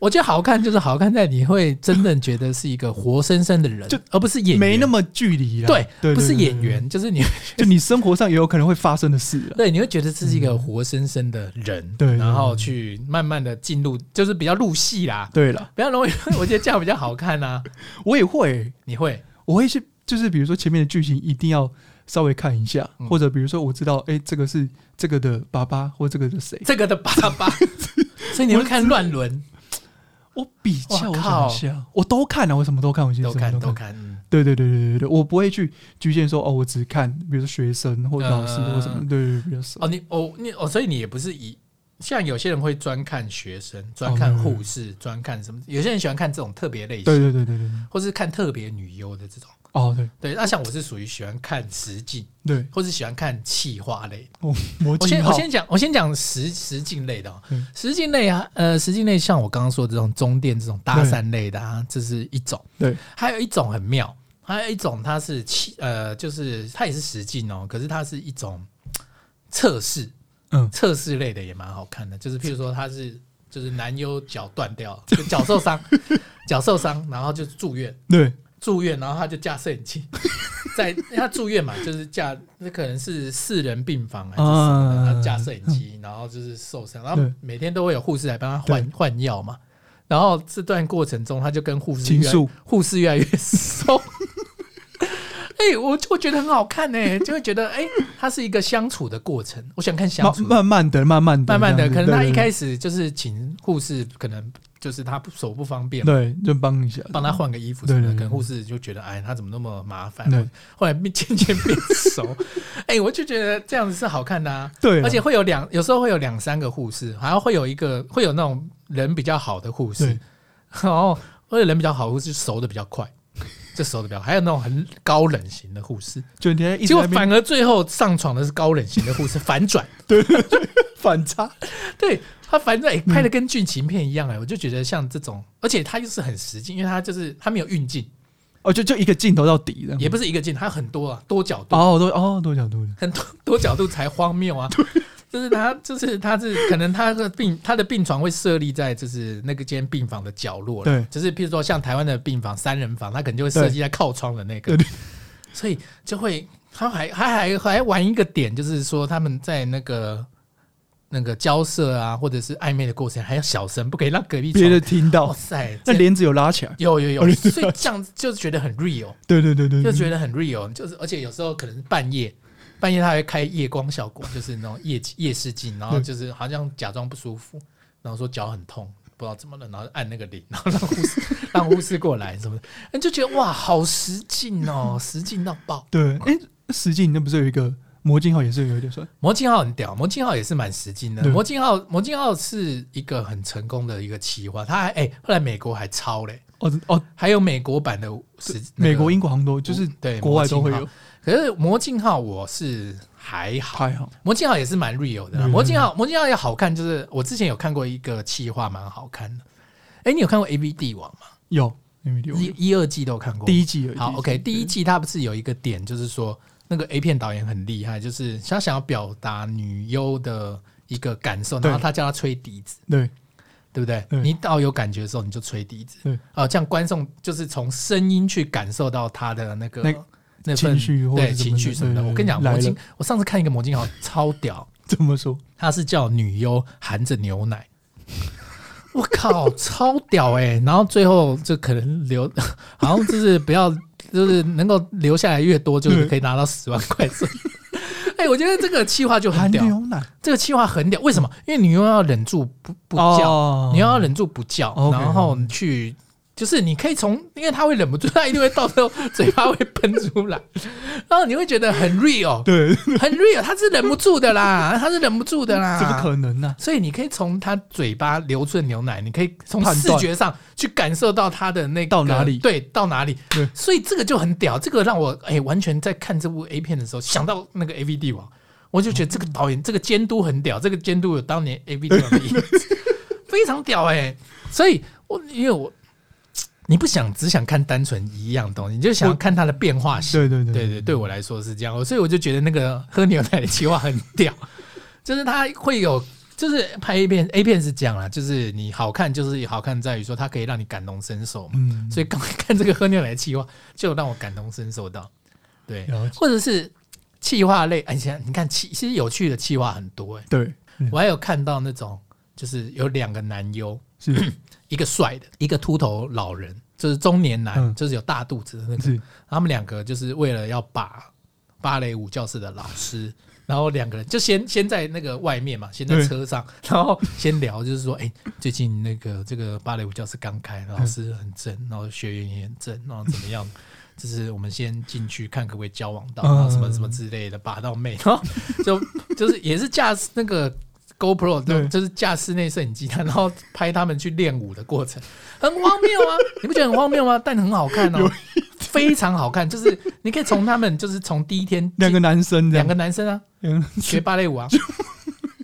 Speaker 1: 我觉得好看就是好看在你会真正觉得是一个活生生的人，
Speaker 2: 就
Speaker 1: 而不是演员，
Speaker 2: 没那么距离啦。
Speaker 1: 对，
Speaker 2: 对，
Speaker 1: 不是
Speaker 2: 对
Speaker 1: 演，员，就是你
Speaker 2: 对对就你生活上也有可能会发生的事啦。
Speaker 1: 对你会觉得这是一个活生生的人，
Speaker 2: 嗯对对
Speaker 1: 然后去慢慢的进入，就是比较入戏啦，
Speaker 2: 对了，
Speaker 1: 比较容易， *laughs* 我觉得这样比较好看啊，
Speaker 2: 我也会，
Speaker 1: 你会
Speaker 2: 我会去，就是比如说前面的剧情一定要稍微看一下，
Speaker 1: 嗯
Speaker 2: 或者比如说我知道，哎，这个是这个的爸爸，或这个的谁，
Speaker 1: 这个的爸
Speaker 2: *laughs*
Speaker 1: 爸，所以你会看乱伦，
Speaker 2: 我比较，
Speaker 1: 哇
Speaker 2: 我
Speaker 1: 靠
Speaker 2: 想一下，我都看啊了，我什么都看，我其实
Speaker 1: 都
Speaker 2: 什么
Speaker 1: 看都
Speaker 2: 都。
Speaker 1: 看，嗯
Speaker 2: 对对对对对对，我不会去局限说哦，我只看，比如说学生或者老师
Speaker 1: 呃哦
Speaker 2: 或什么，对对对，比较少。
Speaker 1: 哦，你哦你哦，所以你也不是以像有些人会专看学生，专看护
Speaker 2: 哦
Speaker 1: 士，专看什么？有些人喜欢看这种特别类
Speaker 2: 对
Speaker 1: 型，
Speaker 2: 对对对对，对
Speaker 1: 或是看特别女优的这种。
Speaker 2: 哦对
Speaker 1: 对，那像我是属于喜欢看实境，
Speaker 2: 对，
Speaker 1: 或是喜欢看气化类。
Speaker 2: 魔
Speaker 1: 我
Speaker 2: 镜
Speaker 1: 先
Speaker 2: 号
Speaker 1: 我先讲，我先讲实实境类的、哦
Speaker 2: 嗯，
Speaker 1: 实境类啊，呃，实境类像我刚刚说的这种中电这种搭讪类的
Speaker 2: 嗯
Speaker 1: 啊，这是一种。
Speaker 2: 对，
Speaker 1: 还有一种很妙，还有一种它是气，呃，就是它也是实境哦，可是它是一种测试，
Speaker 2: 嗯
Speaker 1: 测试类的也蛮好看的，就是譬如说它是就是男优脚断掉了，就脚受伤， *laughs* 脚受伤，然后就住院，
Speaker 2: 对
Speaker 1: 住院，然后他就架摄影
Speaker 2: *laughs*
Speaker 1: 机，在他住院嘛，就是架那可能是四人病房还是什么的，
Speaker 2: 啊
Speaker 1: 他架摄影机，然后就是受伤，然后
Speaker 2: 对
Speaker 1: 每天都会有护士来帮他换换药嘛。然后这段过程中，他就跟护士
Speaker 2: 情
Speaker 1: 越来
Speaker 2: 愫
Speaker 1: 护士越来越
Speaker 2: *laughs*
Speaker 1: 熟。哎、我就觉得很好看呢、就会觉得哎、它是一个相处的过程。我想看相
Speaker 2: 慢
Speaker 1: 处的
Speaker 2: 慢慢的慢慢的
Speaker 1: 慢慢的，可能他一
Speaker 2: 始
Speaker 1: 开始就是请护士，可能就是他手不方便嘛，
Speaker 2: 对就帮一下，
Speaker 1: 帮他换个衣服什么
Speaker 2: 对
Speaker 1: 的，
Speaker 2: 对对
Speaker 1: 可能护士就觉得哎，他怎么那么麻烦
Speaker 2: 对？
Speaker 1: 后来变渐渐变熟， *laughs* 哎，我就觉得这样子是好看的啊。
Speaker 2: 对啊，
Speaker 1: 而且会有两，有时候会有两三个护士，好像会有一个会有那种人比较好的护士
Speaker 2: 对，
Speaker 1: 然后或者人比较好的护士熟的比较快，就熟的比较，还有那种很高冷型的护士，
Speaker 2: 就你还一直
Speaker 1: 结果
Speaker 2: 在那边
Speaker 1: 反而最后上床的是高冷型的护士，反
Speaker 2: *laughs*
Speaker 1: 转。
Speaker 2: 反差，
Speaker 1: 对他反正、欸、
Speaker 2: 嗯
Speaker 1: 拍的跟剧情片一样哎、我就觉得像这种，而且他又是很实劲，因为他就是他没有运镜，
Speaker 2: 哦就就一个镜头到底的，
Speaker 1: 也不是一个镜，他很多啊，多角度，
Speaker 2: 嗯哦多哦多角度的，
Speaker 1: 很多 *laughs* 多角度才荒谬啊。就是他，就是他是可能他的病，他的病床会设立在就是那个间病房的角落啦
Speaker 2: 对
Speaker 1: 就是譬如说像台湾的病房三人房，他可能就会设计在靠窗的那个
Speaker 2: 对，
Speaker 1: 所以就会他还他还还玩一个点，就是说他们在那个那个交涉啊，或者是暧昧的过程，还要小声，不可以让隔壁
Speaker 2: 别
Speaker 1: 床
Speaker 2: 人听
Speaker 1: 哇
Speaker 2: 到，
Speaker 1: 塞，
Speaker 2: 那
Speaker 1: 哦这
Speaker 2: 帘子有拉起来，
Speaker 1: 有有有，
Speaker 2: 哦连
Speaker 1: 所以这样子就是觉得很 real，
Speaker 2: 对对对对，
Speaker 1: 就
Speaker 2: 对
Speaker 1: 觉得很 real，就是而且有时候可能是半夜，半夜他会开夜光效
Speaker 2: *laughs*
Speaker 1: 果，就是那种夜夜视镜，然后
Speaker 2: 对
Speaker 1: 就是好像假装不舒服，然后说脚很痛，不知道怎么了，然后按那个铃，然后让护士 *laughs* 让护士过来什么的，你就觉得哇，好实劲
Speaker 2: *laughs*
Speaker 1: 哦，实劲到爆。
Speaker 2: 对，哎，实际那不是有一个魔镜号也是有一点算，
Speaker 1: 魔镜号很屌，魔镜号也是蛮实劲的。
Speaker 2: 对
Speaker 1: 魔镜号，魔镜号是一个很成功的一个企划，他还哎、后来美国还抄嘞，
Speaker 2: 哦哦，
Speaker 1: 还有美国版的实、那个哦
Speaker 2: 美国、英国、杭州就是
Speaker 1: 对
Speaker 2: 国外都
Speaker 1: 魔
Speaker 2: 会。
Speaker 1: 镜
Speaker 2: 有
Speaker 1: 号，可是魔镜号我是还好，
Speaker 2: 还好，
Speaker 1: 魔镜号也是蛮 real 的啦。
Speaker 2: 嗯
Speaker 1: 魔镜号，魔镜号也好看，就是我之前有看过一个企划，蛮好看的。哎，你有看过 A V 帝王吗？
Speaker 2: 有 M V D，
Speaker 1: 一一二季都有看过。
Speaker 2: 第
Speaker 1: 一
Speaker 2: 一季而已。
Speaker 1: 好，OK，第一
Speaker 2: 季
Speaker 1: 季它不是有一个点，就是说那个 A 片导演很厉害，就是他想要表达女优的一个感受，
Speaker 2: 对
Speaker 1: 然后他叫他吹笛子。
Speaker 2: 对
Speaker 1: 对不对？
Speaker 2: 对
Speaker 1: 你到有感觉的时候，你就吹笛子
Speaker 2: 对，
Speaker 1: 啊，这样观众就是从声音去感受到他的那
Speaker 2: 那
Speaker 1: 个那份
Speaker 2: 情绪或者
Speaker 1: 对
Speaker 2: 是
Speaker 1: 情绪什么的。
Speaker 2: 对对对
Speaker 1: 我跟你讲，
Speaker 2: 来
Speaker 1: 魔
Speaker 2: 了
Speaker 1: 镜，我上次看一个魔镜好超屌，
Speaker 2: 这么说，
Speaker 1: 他是叫女优含着牛奶，我靠，超屌哎、然后最后就可能留，好像就是不要，就是能够留下来越多，就是可以拿到十万块钱。哎、我觉得这个气话就
Speaker 2: 含
Speaker 1: 很屌，
Speaker 2: 牛奶
Speaker 1: 这个气话很屌。为什么？因为女优要忍住不不叫。
Speaker 2: 哦
Speaker 1: 你要忍住不叫，
Speaker 2: OK，
Speaker 1: 然后去。就是你可以从，因为他会忍不住，他一定会到时候嘴巴会喷出来， *laughs* 然后你会觉得很 real，
Speaker 2: 对，
Speaker 1: 很 real，他是忍不住的啦，他是忍不住的
Speaker 2: *laughs*
Speaker 1: 啦，
Speaker 2: 怎么可能呢？
Speaker 1: 所以你可以从他嘴巴流出的牛奶，你可以从
Speaker 2: 判
Speaker 1: 视
Speaker 2: 断
Speaker 1: 觉上去感受到他的那个
Speaker 2: 到哪里
Speaker 1: 对，到哪里。
Speaker 2: 对
Speaker 1: 所以这个就很屌，这个让我哎、完全在看这部 A 片的时候想到那个 A V 帝王，我就觉得这个导演、
Speaker 2: 哦
Speaker 1: 这个监督很屌，这个监督有当年 A V 帝王的影子，非常屌哎、所以我因为我你不想只想看单纯一样东西，你就想要
Speaker 2: 我
Speaker 1: 看它的变化性。
Speaker 2: 对对对
Speaker 1: 对对，对我来说是这样，所以我就觉得那个 *laughs* 喝牛奶的计划很屌， *laughs* 就是它会有，就是拍 A 片，A 片是这样啦，就是你好看，就是好看在于说它可以让你感同身受嘛，
Speaker 2: 嗯，
Speaker 1: 所以刚看这个喝牛奶的计划就让我感同身受到，对，
Speaker 2: 了解，
Speaker 1: 或者是气化类，哎，现在你看气，其实有趣的气化很多、哎，
Speaker 2: 对
Speaker 1: 我还有看到那种就是有两个男优，
Speaker 2: 是
Speaker 1: 一个帅的，一个秃头老人，就是中年男，
Speaker 2: 嗯
Speaker 1: 就是有大肚子的那个。
Speaker 2: 是，
Speaker 1: 他们两个就是为了要把芭蕾舞教室的老师，然后两个人就先先在那个外面嘛，先在
Speaker 2: 对
Speaker 1: 车上，然后先聊，就是说，哎、最近那个这个芭蕾舞教室刚开，老师很正，然后学员也很正，然后怎么样？就是我们先进去看可不可以
Speaker 2: 嗯 *laughs*
Speaker 1: 交往到，然后什么什么之类的，把到妹，然后就就是也是架那个 GoPro
Speaker 2: 对
Speaker 1: 的，就是架室内摄影机，然后拍他们去练舞的过程，很荒谬
Speaker 2: *laughs*
Speaker 1: 啊！你不觉得很荒谬吗？但很好看哦，非常好看，就是你可以从他们，就是从第一天
Speaker 2: *laughs* 两个男生这
Speaker 1: 两
Speaker 2: 样
Speaker 1: 个，男生
Speaker 2: *laughs*
Speaker 1: 啊，
Speaker 2: 两个
Speaker 1: 学芭蕾舞啊，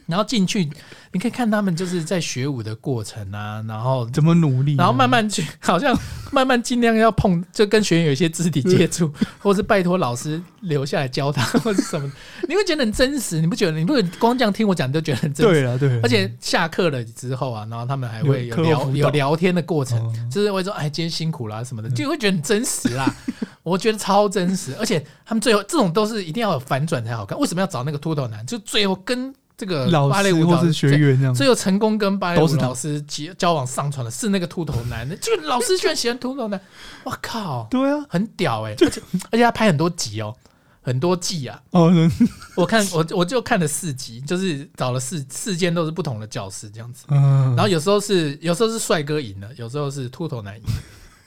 Speaker 1: 然后进去，你可以看他们就是在学舞的过程啊，然后
Speaker 2: 怎么努力啊，
Speaker 1: 然后慢慢去，好像慢慢尽量要碰，就跟学员有一些肢体接
Speaker 2: *laughs*
Speaker 1: 触，或是拜托老师留下来教他， *laughs* 或是什么，你会觉得很真实，你不觉得？你不觉得光这样听我讲，你就觉得很真实。
Speaker 2: 对了对啦，
Speaker 1: 而且下课了之后啊，然后他们还会
Speaker 2: 有
Speaker 1: 有
Speaker 2: 课
Speaker 1: 聊
Speaker 2: 后辅导
Speaker 1: 有聊天的过程，
Speaker 2: 哦
Speaker 1: 就是会说哎，今天辛苦啦、什
Speaker 2: 嗯
Speaker 1: 么的，就会觉得很真实
Speaker 2: *laughs*
Speaker 1: 啦。我觉得超真实，而且他们最后这种都是一定要有反转才好看。为什么要找那个秃头男？就最后跟这个
Speaker 2: 老
Speaker 1: 呃芭蕾
Speaker 2: 师
Speaker 1: 舞
Speaker 2: 或
Speaker 1: 蹈
Speaker 2: 是学员这样，
Speaker 1: 最后成功跟芭蕾舞
Speaker 2: 都是他
Speaker 1: 老师结交往上床的是那个秃头男，就老师居然喜欢秃头男，我靠，
Speaker 2: 对啊，
Speaker 1: 很屌哎、而且而且他拍很多集哦，很多季啊，
Speaker 2: 哦，人
Speaker 1: 我看我我就看了四集，就是找了四四间都是不同的教室这样子，
Speaker 2: *laughs* 嗯，
Speaker 1: 然后有时候是有时候是帅哥赢了，有时候是秃头男赢了，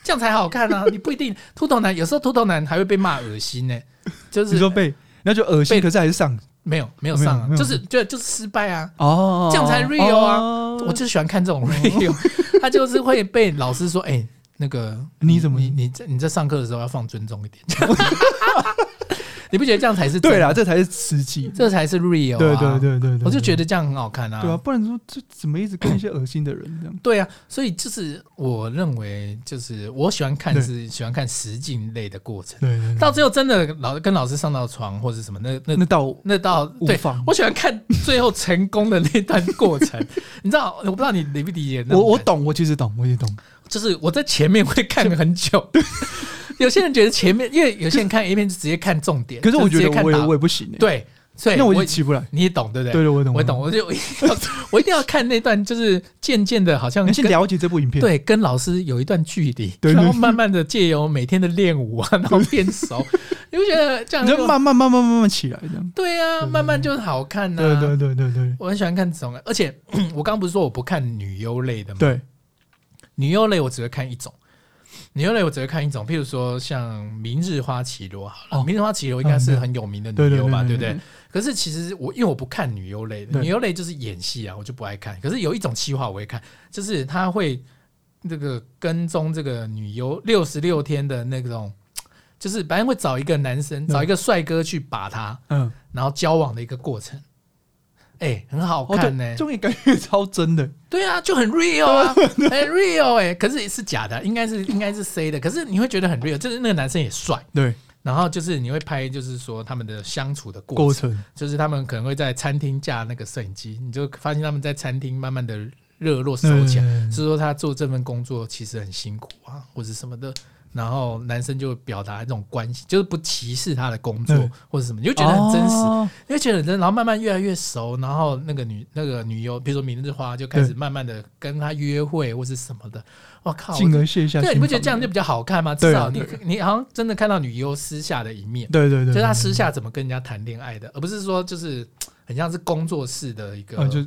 Speaker 1: 这样才好看啊！你不一定秃头男，有时候秃头男还会被骂恶心呢、就是
Speaker 2: 你说被，那就恶心，
Speaker 1: 被
Speaker 2: 可是还是上
Speaker 1: 没有没有上啊
Speaker 2: 没有没，有
Speaker 1: 就是就就是失败啊，
Speaker 2: 哦
Speaker 1: 这样才 real 啊我
Speaker 2: 哦
Speaker 1: 就喜欢看这种 review，他就是会被老师说，哎、那个
Speaker 2: 你怎么
Speaker 1: 你你在你在上课的时候要放尊重一点， *laughs* 你不觉得这样才是真
Speaker 2: 对啦，，这才是实际，
Speaker 1: 这才是 real，、啊、
Speaker 2: 对对对对对，
Speaker 1: 我就觉
Speaker 2: 得
Speaker 1: 得这样很好看啊，
Speaker 2: 对啊，不然说这怎么一直跟一些恶心的人这样？
Speaker 1: 对啊，所以就是我认为就是我喜欢看
Speaker 2: 对
Speaker 1: 是喜欢看实境类的过程，
Speaker 2: 对对，对
Speaker 1: 到最后真的老跟老师上到床或者什么，那那
Speaker 2: 那到
Speaker 1: 那到
Speaker 2: 无
Speaker 1: 对
Speaker 2: 妨，
Speaker 1: 我喜欢看最后成功的那段过
Speaker 2: *laughs*
Speaker 1: 程，你知道，我不知道你理不理解那种感
Speaker 2: 我我
Speaker 1: 觉
Speaker 2: 懂，我其实懂，我也懂，
Speaker 1: 就是我在前面会看很久。
Speaker 2: *laughs*
Speaker 1: 有些人觉得前面，因为有些人看 A 片就直接看重点，
Speaker 2: 可是我
Speaker 1: 就
Speaker 2: 觉
Speaker 1: 直接
Speaker 2: 得
Speaker 1: 看
Speaker 2: 我也
Speaker 1: 打
Speaker 2: 我也不行欸，
Speaker 1: 对，所以
Speaker 2: 那我
Speaker 1: 我
Speaker 2: 已经起不来。
Speaker 1: 你也懂对不对？
Speaker 2: 对对，我懂，
Speaker 1: 我懂，。我就 *laughs* 我一定要我一定要看那段，就是渐渐的，好像
Speaker 2: 你要先
Speaker 1: 跟
Speaker 2: 了解这部影片，
Speaker 1: 对跟老师有一段距离，
Speaker 2: 对对
Speaker 1: 然后慢慢的借由每天的练舞
Speaker 2: *laughs*
Speaker 1: 啊，然后变熟，你会觉得这样
Speaker 2: 你就慢慢慢慢慢慢起来这样。
Speaker 1: 对啊，
Speaker 2: 对对
Speaker 1: 慢慢就好看呐、
Speaker 2: 对对对对对
Speaker 1: 我很喜欢看这种，啊而且嗯我刚刚不是说我不看女优类的吗？
Speaker 2: 对，
Speaker 1: 女优类我只会看一种，女优类我只会看一种，譬如说像《明日花绮罗》好了，
Speaker 2: 哦
Speaker 1: 明日花绮罗》应该是很有名的
Speaker 2: 对
Speaker 1: 女
Speaker 2: 对
Speaker 1: 优吧，对
Speaker 2: 对
Speaker 1: 不对？？可是其实我因为我不看女优类的，
Speaker 2: 对
Speaker 1: 女优类就是演戏啊，我就不爱看。可是有一种企划我会看，就是他会那个跟踪这个女优六十六天的那种，就是反正会找一个男生，找一个帅哥去把她，
Speaker 2: 嗯，
Speaker 1: 然后交往的一个过程。哎、很好
Speaker 2: 哦
Speaker 1: 看呢、
Speaker 2: 对，终于感觉超真的，
Speaker 1: 对啊，就很 real
Speaker 2: *laughs*
Speaker 1: 啊，很 real 哎、可是是假的，应该是应该是 C 的，可是你会觉得很 real，就是那个男生也帅，
Speaker 2: 对，
Speaker 1: 然后就是你会拍，就是说他们的相处的过程，
Speaker 2: 过程
Speaker 1: 就是他们可能会在餐厅架那个摄影机，你就发现他们在餐厅慢慢的热络熟起来，
Speaker 2: 来
Speaker 1: 是说他做这份工作其实很辛苦啊，或者什么的。然后男生就表达这种关系，就是不歧视他的工作
Speaker 2: 嗯
Speaker 1: 或者什么，你就觉得很真实。
Speaker 2: 哦
Speaker 1: 因为觉得很真，然后慢慢越来越熟，然后那个女那个女优，比如说明日花，就开始
Speaker 2: 对
Speaker 1: 慢慢的跟她约会或是什么的。我靠，
Speaker 2: 进
Speaker 1: 我
Speaker 2: 而卸下心防。
Speaker 1: 啊对，你不觉得这样就比较好看吗？
Speaker 2: 对
Speaker 1: 至
Speaker 2: 啊
Speaker 1: 少你
Speaker 2: 对
Speaker 1: 你好像真的看到女优私下的一面，
Speaker 2: 对对对，
Speaker 1: 就是她
Speaker 2: 对
Speaker 1: 私下怎么跟人家谈恋爱的，而不是说就是很像是工作室的一个
Speaker 2: 啊，就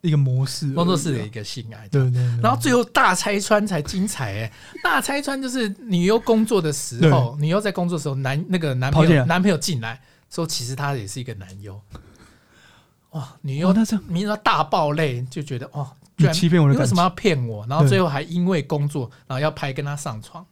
Speaker 2: 一个模式而已啊，
Speaker 1: 工作室的一个性爱。
Speaker 2: 对对对，
Speaker 1: 然后最后大拆穿才精彩哎、大拆穿就是女优工作的时候，女优在工作的时候，男那个男朋
Speaker 2: 跑进
Speaker 1: 友
Speaker 2: 来
Speaker 1: 男朋友进来说，其实他也是一个男优，哇，女
Speaker 2: 哦
Speaker 1: 优
Speaker 2: 那这样
Speaker 1: 你知道大爆泪，就觉得哇，居
Speaker 2: 你
Speaker 1: 然
Speaker 2: 欺骗我
Speaker 1: 你
Speaker 2: 的
Speaker 1: 为
Speaker 2: 感
Speaker 1: 什
Speaker 2: 情
Speaker 1: 么，要骗我？然后最后还因为工作，然后要拍跟他上床，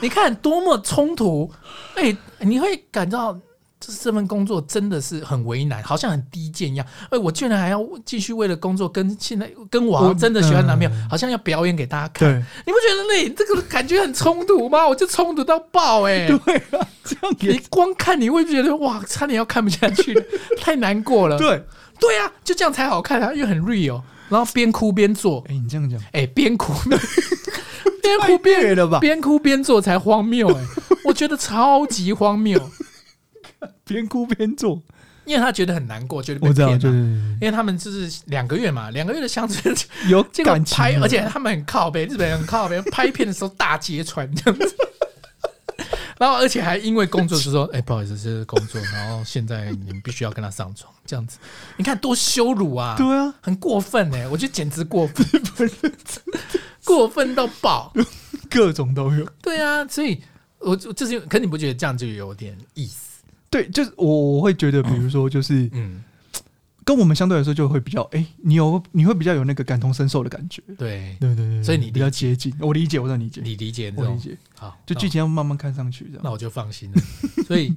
Speaker 1: 你看多么冲突，哎、你会感到就是这份工作真的是很为难，好像很低贱一样。哎、我居然还要继续为了工作跟现在跟我好像
Speaker 2: 我
Speaker 1: 真的喜欢男朋友，
Speaker 2: 嗯
Speaker 1: 好像要表演给大家看，
Speaker 2: 对
Speaker 1: 你不觉得那这个感觉很冲突吗？我就冲突到爆哎、
Speaker 2: *laughs* 对啊，这样
Speaker 1: 你
Speaker 2: 也
Speaker 1: 光看你会觉得哇，差点要看不下去了，太难过了。
Speaker 2: 对。
Speaker 1: 对啊，就这样才好看啊，因为很 real，然后边哭边做，
Speaker 2: 哎，你这样讲
Speaker 1: 哎、边哭
Speaker 2: *laughs*
Speaker 1: 边哭
Speaker 2: 太
Speaker 1: 边
Speaker 2: 虐了吧
Speaker 1: 边哭边做才荒谬哎、我觉得超级荒谬，
Speaker 2: 边哭边做，
Speaker 1: 因为他觉得很难过，觉得被
Speaker 2: 我知
Speaker 1: 骗
Speaker 2: 道，
Speaker 1: 了
Speaker 2: 对。对对
Speaker 1: 因为他们就是两个月嘛，两个月的相处， *laughs*
Speaker 2: 对，有
Speaker 1: 结果
Speaker 2: 感情啊
Speaker 1: 拍，
Speaker 2: 了，
Speaker 1: 而且他们很靠背，日本人很靠背，拍片的时候大揭穿这样子。 *laughs* 然后，而且还因为工作就说：“哎、不好意思，这是工作，然后现在你们必须要跟他上床，这样子，你看多羞辱啊！
Speaker 2: 对啊，
Speaker 1: 很过分哎、我觉得简直过分， *laughs* 过分到爆。
Speaker 2: 各种都有。
Speaker 1: 对啊，所以我我就是，可你不觉得这样就有点意思？
Speaker 2: 对，就是我我会觉得，比如说，就是
Speaker 1: 嗯，
Speaker 2: 跟我们相对来说就会比较，哎、你有你会比较有那个感同身受的感觉。
Speaker 1: 对，
Speaker 2: 对对对对
Speaker 1: 所以你
Speaker 2: 比较接近，我理解，我在理解，
Speaker 1: 你理解这
Speaker 2: 我理
Speaker 1: 种
Speaker 2: 解，
Speaker 1: 好，
Speaker 2: 就
Speaker 1: 那
Speaker 2: 剧情要慢慢看上去这样。
Speaker 1: 那我就放心了。 *laughs* 所以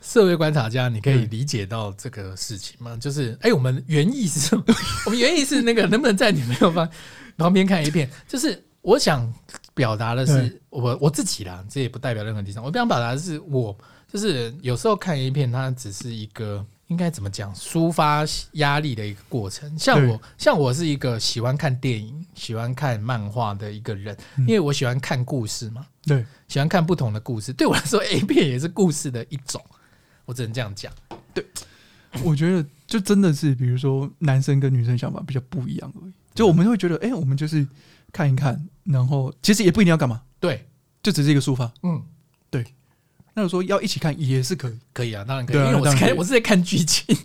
Speaker 1: 社会观察家，你可以
Speaker 2: 嗯
Speaker 1: 理解到这个事情吗？就是，哎、我们原意是什么？ *laughs* 我们原意是那个能不能在女朋友
Speaker 2: *laughs*
Speaker 1: 旁旁边看 A 片？就是我想表达的是
Speaker 2: 对
Speaker 1: 我我自己啦，这也不代表任何立场。我想表达的是我，就是有时候看 A 片，它只是一个。应该怎么讲？抒发压力的一个过程。像我，像我是一个喜欢看电影、喜欢看漫画的一个人，
Speaker 2: 嗯
Speaker 1: 因为我喜欢看故事嘛。
Speaker 2: 对，
Speaker 1: 喜欢看不同的故事。对我来说，A *laughs* 片也是故事的一种，我只能这样讲。
Speaker 2: 我觉得就真的是，比如说男生跟女生想法比较不一样而已。就我们会觉得，哎、我们就是看一看，然后其实也不一定要干嘛，
Speaker 1: 对，
Speaker 2: 就只是一个抒发。
Speaker 1: 嗯，
Speaker 2: 那说要一起看也是可以，
Speaker 1: 可以啊，当然可以，
Speaker 2: 对啊
Speaker 1: 因为我是
Speaker 2: 当然可
Speaker 1: 看
Speaker 2: 以
Speaker 1: 我是在看剧情，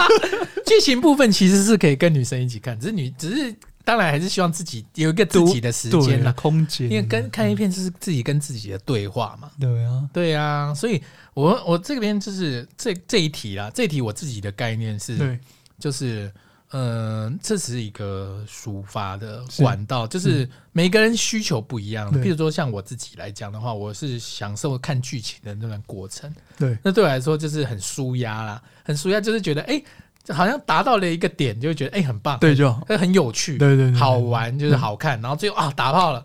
Speaker 1: *laughs* 剧情部分其实是可以跟女生一起看，只是女只是当然还是希望自己有一个自己的时间
Speaker 2: 对啊，
Speaker 1: 啦，
Speaker 2: 空间，
Speaker 1: 因为跟看 A 片就是自己跟自己的对话嘛。
Speaker 2: 对啊，
Speaker 1: 对啊，所以我我这边就是这这一题啦，这一题我自己的概念是，
Speaker 2: 对
Speaker 1: 就是，嗯、这是一个抒发的
Speaker 2: 是嗯
Speaker 1: 管道，就是每个人需求不一样。
Speaker 2: 对
Speaker 1: 譬如说，像我自己来讲的话，我是享受看剧情的那段过程，
Speaker 2: 对
Speaker 1: 那对我来说就是很舒压啦，很舒压，就是觉得哎、诶好像达到了一个点，就会觉得哎、诶很棒，
Speaker 2: 对就好，
Speaker 1: 很，很有趣，
Speaker 2: 对对对，对嗯
Speaker 1: 好，玩，就是好看，然后最后啊打炮了，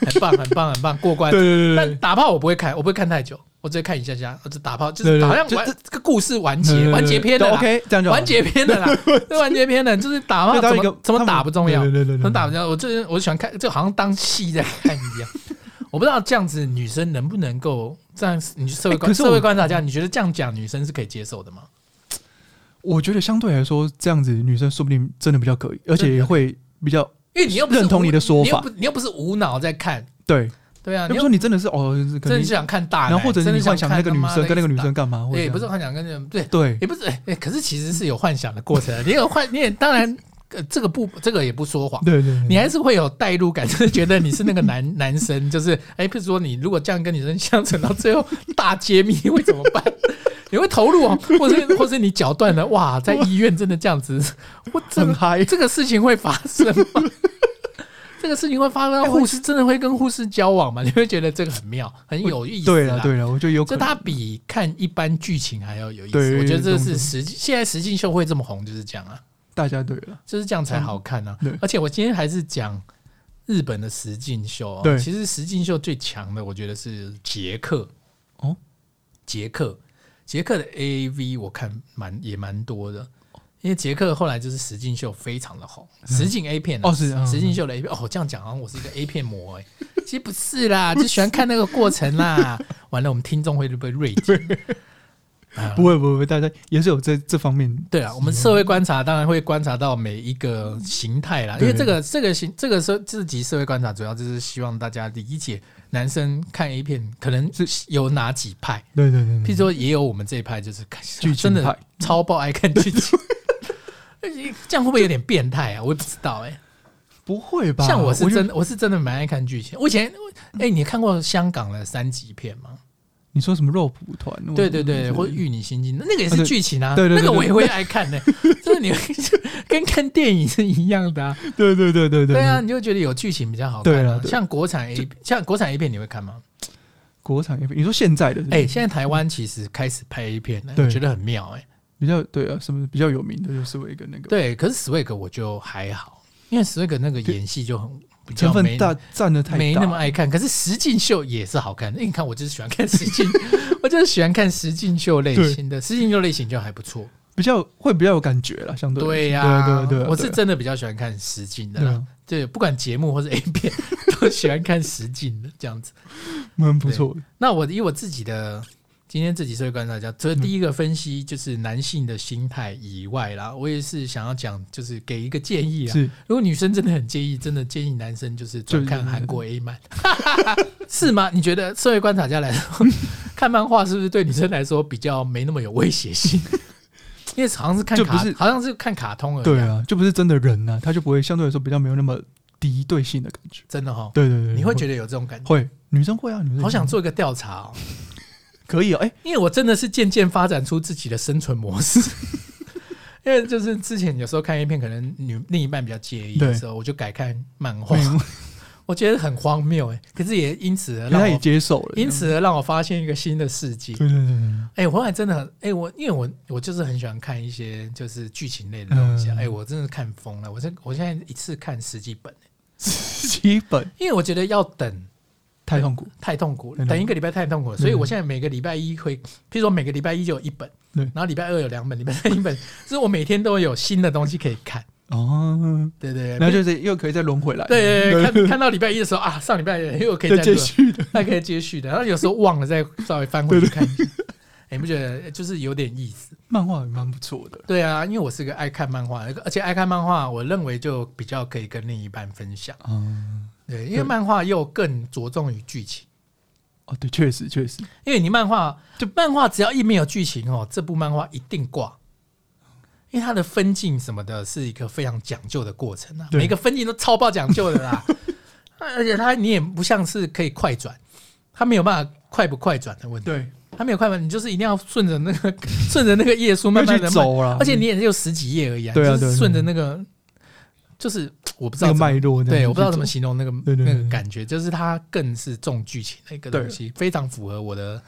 Speaker 1: 很
Speaker 2: *laughs*
Speaker 1: 棒，很棒，很棒，过关
Speaker 2: 对。对对
Speaker 1: 但
Speaker 2: 对
Speaker 1: 打炮我不会看，我不会看太久，我只会看一下下，我就打炮，就
Speaker 2: 对
Speaker 1: 是
Speaker 2: 对
Speaker 1: 好像
Speaker 2: 就
Speaker 1: 完
Speaker 2: 这
Speaker 1: 这个故事完
Speaker 2: 对，
Speaker 1: 结，
Speaker 2: 对
Speaker 1: 完结篇的啦。
Speaker 2: OK，这样就好
Speaker 1: 完结篇
Speaker 2: *laughs*
Speaker 1: 的啦，这完结篇的，就是打
Speaker 2: 就
Speaker 1: 嘛，
Speaker 2: 当
Speaker 1: 怎
Speaker 2: 一个
Speaker 1: 么怎么打不重要，怎
Speaker 2: 对对对对，
Speaker 1: 么打不重要。我就是我喜欢看，就好像当戏在看一样。我不知道这样子女生能不能够这样，你社会观
Speaker 2: 哎可是我
Speaker 1: 社会观察家，你觉得这样讲女生是可以接受的吗？
Speaker 2: 我觉得相对来说，这样子女生说不定真的比较可以，而且也会比较
Speaker 1: 因为你又不是无
Speaker 2: 认同你的说法
Speaker 1: 你又不你又不是无脑在看，
Speaker 2: 对。
Speaker 1: 对啊，你
Speaker 2: 要不
Speaker 1: 又
Speaker 2: 说你真的是哦，就是可
Speaker 1: 真的
Speaker 2: 能
Speaker 1: 是想看大奶，
Speaker 2: 然后或者
Speaker 1: 真
Speaker 2: 是
Speaker 1: 的
Speaker 2: 你幻想
Speaker 1: 想
Speaker 2: 那个女
Speaker 1: 看他妈
Speaker 2: 生
Speaker 1: 的
Speaker 2: 跟那个女生
Speaker 1: 一直
Speaker 2: 干嘛，
Speaker 1: 打，
Speaker 2: 或者
Speaker 1: 对，也不
Speaker 2: 这
Speaker 1: 是
Speaker 2: 样
Speaker 1: 幻想跟那种对， *laughs*
Speaker 2: 对
Speaker 1: 也不是哎、哎可是其实是有幻想的过程，你有幻，你也当然呃，这个不这个也不说谎，
Speaker 2: 对对对，
Speaker 1: 你还是会有代入感， *laughs* 就是觉得你是那个男男生，就是哎，譬如说你如果这样跟女生相处到最后大揭秘会怎么办？你会投入哦，或是或是你脚断了，哇，在医院真的这样子，我这
Speaker 2: 很
Speaker 1: 个
Speaker 2: 嗨，
Speaker 1: 这个事情会发生吗？ *laughs* 这个事情会发
Speaker 2: 哎
Speaker 1: 生，护士真的会跟护士交往吗？你会觉得这个很妙，很有意思。
Speaker 2: 对了，对了，我觉得有可
Speaker 1: 这
Speaker 2: 能，
Speaker 1: 它比看一般剧情还要有意思。
Speaker 2: 对
Speaker 1: 我觉得这
Speaker 2: 这
Speaker 1: 是
Speaker 2: 种
Speaker 1: 实际，现在实境秀会这么红，就是这样啊。
Speaker 2: 大家对了，
Speaker 1: 就是这样才好看呢、啊
Speaker 2: 嗯对
Speaker 1: 而且我今天还是讲日本的实境秀、哦。
Speaker 2: 对
Speaker 1: 其实实境秀最强的，我觉得是捷克。
Speaker 2: 哦，
Speaker 1: 捷克，捷克的 A V 我看蛮也蛮多的，因为捷克后来就是实境秀非常的红，实境 A 片啊、
Speaker 2: 嗯哦是嗯
Speaker 1: 实境秀的 A 片。哦，这样讲好像我是一个 A 片魔哎、其实不是啦，就喜欢看那个过程
Speaker 2: *laughs*
Speaker 1: 啦。完了，我们听众会不会锐减？啊
Speaker 2: 不会不会不会，大家也是有这这方面，
Speaker 1: 对啊，我们社会观察当然会观察到每一个形态啦，因
Speaker 2: 对
Speaker 1: 为这个这个形这个社自己社会观察主要就是希望大家理解男生看 A 片可能有哪几派，
Speaker 2: 对对对
Speaker 1: 譬
Speaker 2: 对
Speaker 1: 如说也有我们这一派就是看
Speaker 2: 剧
Speaker 1: 真
Speaker 2: 情
Speaker 1: 的
Speaker 2: 派
Speaker 1: 超爆爱看剧情，这样会不会有点变态啊？我也不知道哎、
Speaker 2: 不会吧？
Speaker 1: 像我是
Speaker 2: 觉得
Speaker 1: 真，的我是真的蛮爱看剧情，我以前哎、你看过香港的三级片吗？
Speaker 2: 你说什么肉蒲团？我
Speaker 1: 对对对，
Speaker 2: 我
Speaker 1: 或
Speaker 2: 觉得
Speaker 1: 玉女心经，那个也
Speaker 2: 啊
Speaker 1: 是
Speaker 2: 对
Speaker 1: 剧情啊，
Speaker 2: 对对对
Speaker 1: 那个我也
Speaker 2: 对
Speaker 1: 会爱看的、 *laughs* 就是你会跟看电影是一样的啊，
Speaker 2: 对对对对
Speaker 1: 对啊，，你就觉得有剧情比较好看、
Speaker 2: 对
Speaker 1: 啊
Speaker 2: 啊。对
Speaker 1: 像国产 A，像国产 A 片你会看吗？
Speaker 2: 国产 A 片，你说现在的
Speaker 1: 哎、
Speaker 2: 哎，
Speaker 1: 现在台湾其实开始拍 A 片了，
Speaker 2: 对
Speaker 1: 我觉得很妙哎、
Speaker 2: 比较对啊，什么比较有名的就是我一个那个
Speaker 1: 对，可是史威格我就还好，因为史威格那个演戏就很比较
Speaker 2: 成
Speaker 1: 没
Speaker 2: 分大占的太大，
Speaker 1: 没那么爱看，可是实境秀也是好看的。因为哎你看，我就是喜欢看实境， *laughs* 我就是喜欢看实境秀类
Speaker 2: 对
Speaker 1: 型的，实境秀类型就还不错。
Speaker 2: 比较会比较有感觉了，相对
Speaker 1: 对呀、
Speaker 2: 呀，对对对，
Speaker 1: 我是真的比较喜欢看实境的
Speaker 2: 对
Speaker 1: 啦
Speaker 2: 啊，
Speaker 1: 对，不管节目或是 *laughs* A 片，都喜欢看实境的这样子。
Speaker 2: 蛮不错的，
Speaker 1: 那我以我自己的今天自己社会观察家，所以第一个分析就是男性的心态以外啦，我也是想要讲，就是给一个建议啊。
Speaker 2: 是
Speaker 1: 如果女生真的很介意，真的建议男生就是转看韩国 A 漫， *laughs* 是吗？你觉得社会观察家来
Speaker 2: *laughs*
Speaker 1: 说，看漫画是不是对女生来说比较没那么有威胁
Speaker 2: *laughs*
Speaker 1: 性？因为好像是看
Speaker 2: 就不
Speaker 1: 卡，
Speaker 2: 是
Speaker 1: 好像是看卡通而已、
Speaker 2: 对啊，就不是真的人呐，他就不会相对来说比较没有那么敌对性的感觉。
Speaker 1: 真的哈，
Speaker 2: 对对对，
Speaker 1: 你会觉
Speaker 2: 得
Speaker 1: 得有这种感觉？
Speaker 2: 会女生会啊，女生
Speaker 1: 好想
Speaker 2: 会
Speaker 1: 做一个调查哦，
Speaker 2: 可以啊，哎，
Speaker 1: *laughs* 因为我真的是渐渐发展出自己的生存模式。因因为就是之前有时候看 A 片，可能女另一半比较介意
Speaker 2: 对嗯
Speaker 1: 的时候，我就改看漫画， *laughs* 我觉得很荒谬哎、可是也因此而
Speaker 2: 因为他嗯
Speaker 1: 让
Speaker 2: 也
Speaker 1: 我，
Speaker 2: 接受了，
Speaker 1: 因此而让我发现一个新的世界。
Speaker 2: 对对对对，
Speaker 1: 哎、我后来真的很哎、我因为我我就是很喜欢看一些就是剧情类的东西、啊，
Speaker 2: 嗯
Speaker 1: 哎、我真的看疯了，我这我现在一次看十几本、欸
Speaker 2: 基本
Speaker 1: 因为我觉得要等
Speaker 2: 太痛苦，
Speaker 1: 太痛苦
Speaker 2: 太
Speaker 1: 了，
Speaker 2: 痛苦
Speaker 1: 等一个礼拜太痛苦了，
Speaker 2: 对
Speaker 1: 所以我现在每个礼拜一会，譬如说每个礼拜一就有一本，
Speaker 2: 对
Speaker 1: 然后礼拜二有两本，礼拜三一本，就是我每天都有新的东西可以看，
Speaker 2: 哦，
Speaker 1: 对对对，
Speaker 2: 然后就是又可以再轮回来，
Speaker 1: 对对对，看看到礼拜一的时候啊，上礼拜又可以
Speaker 2: 再
Speaker 1: 再
Speaker 2: 接
Speaker 1: 录了，
Speaker 2: 续的，
Speaker 1: 还可以接续的，然后有时候忘了再稍微翻回去看一下， *laughs* 哎你不觉得就是有点意思？
Speaker 2: 漫画也蛮不错的，
Speaker 1: 对啊，因为我是个爱看漫画，而且爱看漫画，我认为就比较可以跟另一半分享，
Speaker 2: 嗯，
Speaker 1: 对，因为
Speaker 2: 对
Speaker 1: 漫画又更着重于剧情。
Speaker 2: 哦，对，确实确实，
Speaker 1: 因为你漫画就漫画只要一没有剧情哦，这部漫画一定挂，因为它的分镜什么的是一个非常讲究的过程啊，
Speaker 2: 对
Speaker 1: 每个分镜都超爆讲究的
Speaker 2: *laughs*
Speaker 1: 啦，而且它你也不像是可以快转，它没有办法快不快转的问题，
Speaker 2: 对，
Speaker 1: 它没有快转，你就是一定要顺着那个 *laughs* 顺着那个页数慢慢的
Speaker 2: 去，走了，
Speaker 1: 而且你也只有十几页而已啊，
Speaker 2: 对啊
Speaker 1: 你就
Speaker 2: 对
Speaker 1: 是
Speaker 2: 啊
Speaker 1: 顺着那个，就是我不知
Speaker 2: 这
Speaker 1: 道怎
Speaker 2: 个
Speaker 1: 么
Speaker 2: 脉络这样子去走，
Speaker 1: 对，我不知道怎么形容那个
Speaker 2: 对对
Speaker 1: 那
Speaker 2: 对
Speaker 1: 个感觉，就是它更是重剧情的一个东西，非常符合我的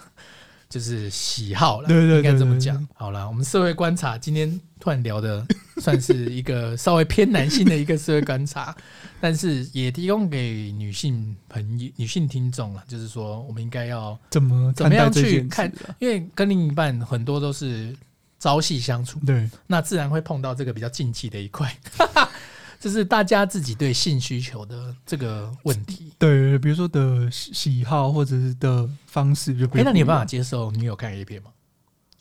Speaker 1: 就是喜好了。
Speaker 2: 对对对
Speaker 1: 应该这么
Speaker 2: 对
Speaker 1: 讲。好了，我们社会观察今天突然聊的 *laughs* 算是一个稍微偏男性的一个社会观察，但是也提供给女性朋友、女性听众了，就是说我们应该要
Speaker 2: 怎么
Speaker 1: 怎么样
Speaker 2: 看待这
Speaker 1: 去
Speaker 2: 件事
Speaker 1: 看
Speaker 2: 啊，
Speaker 1: 因为跟另一半很多都是朝夕相处，
Speaker 2: 对，
Speaker 1: 那自然会碰到这个比较禁忌的一块， *laughs* 就是大家自己对性需求的这个问题。
Speaker 2: 对，比如说的喜喜好或者是的方式就不
Speaker 1: 哎、
Speaker 2: 一样。
Speaker 1: 那你有办法接受女友看 A 片吗？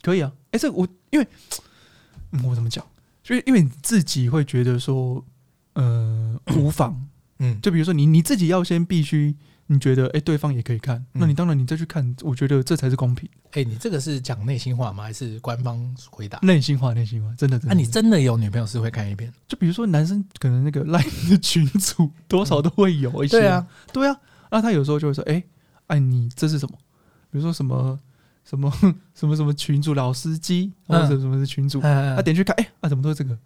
Speaker 2: 可以啊。哎、这个我因为、嗯我怎么讲？就是因为你自己会觉得说，呃，无
Speaker 1: *coughs*
Speaker 2: 妨。
Speaker 1: 嗯，
Speaker 2: 就比如说你你自己要先必须，你觉得哎、对方也可以看，
Speaker 1: 嗯
Speaker 2: 那你当然你再去看，我觉得这才是公平。
Speaker 1: 哎、你这个是讲内心话吗？还是官方回答？
Speaker 2: 内心话，内心话，真的真
Speaker 1: 那、
Speaker 2: 的。
Speaker 1: 嗯啊你真的有女朋友是会看 A 片？
Speaker 2: 就比如说男生可能那个 LINE 的群组多少都会有一些，
Speaker 1: 对啊，
Speaker 2: 对啊，那他有时候就会说，哎、哎，你这是什么？比如说什么什么什么什么群主老司机，或
Speaker 1: 嗯
Speaker 2: 者什么是群主，他、
Speaker 1: 嗯、啊，
Speaker 2: 点去看，哎、啊，怎么都是这个？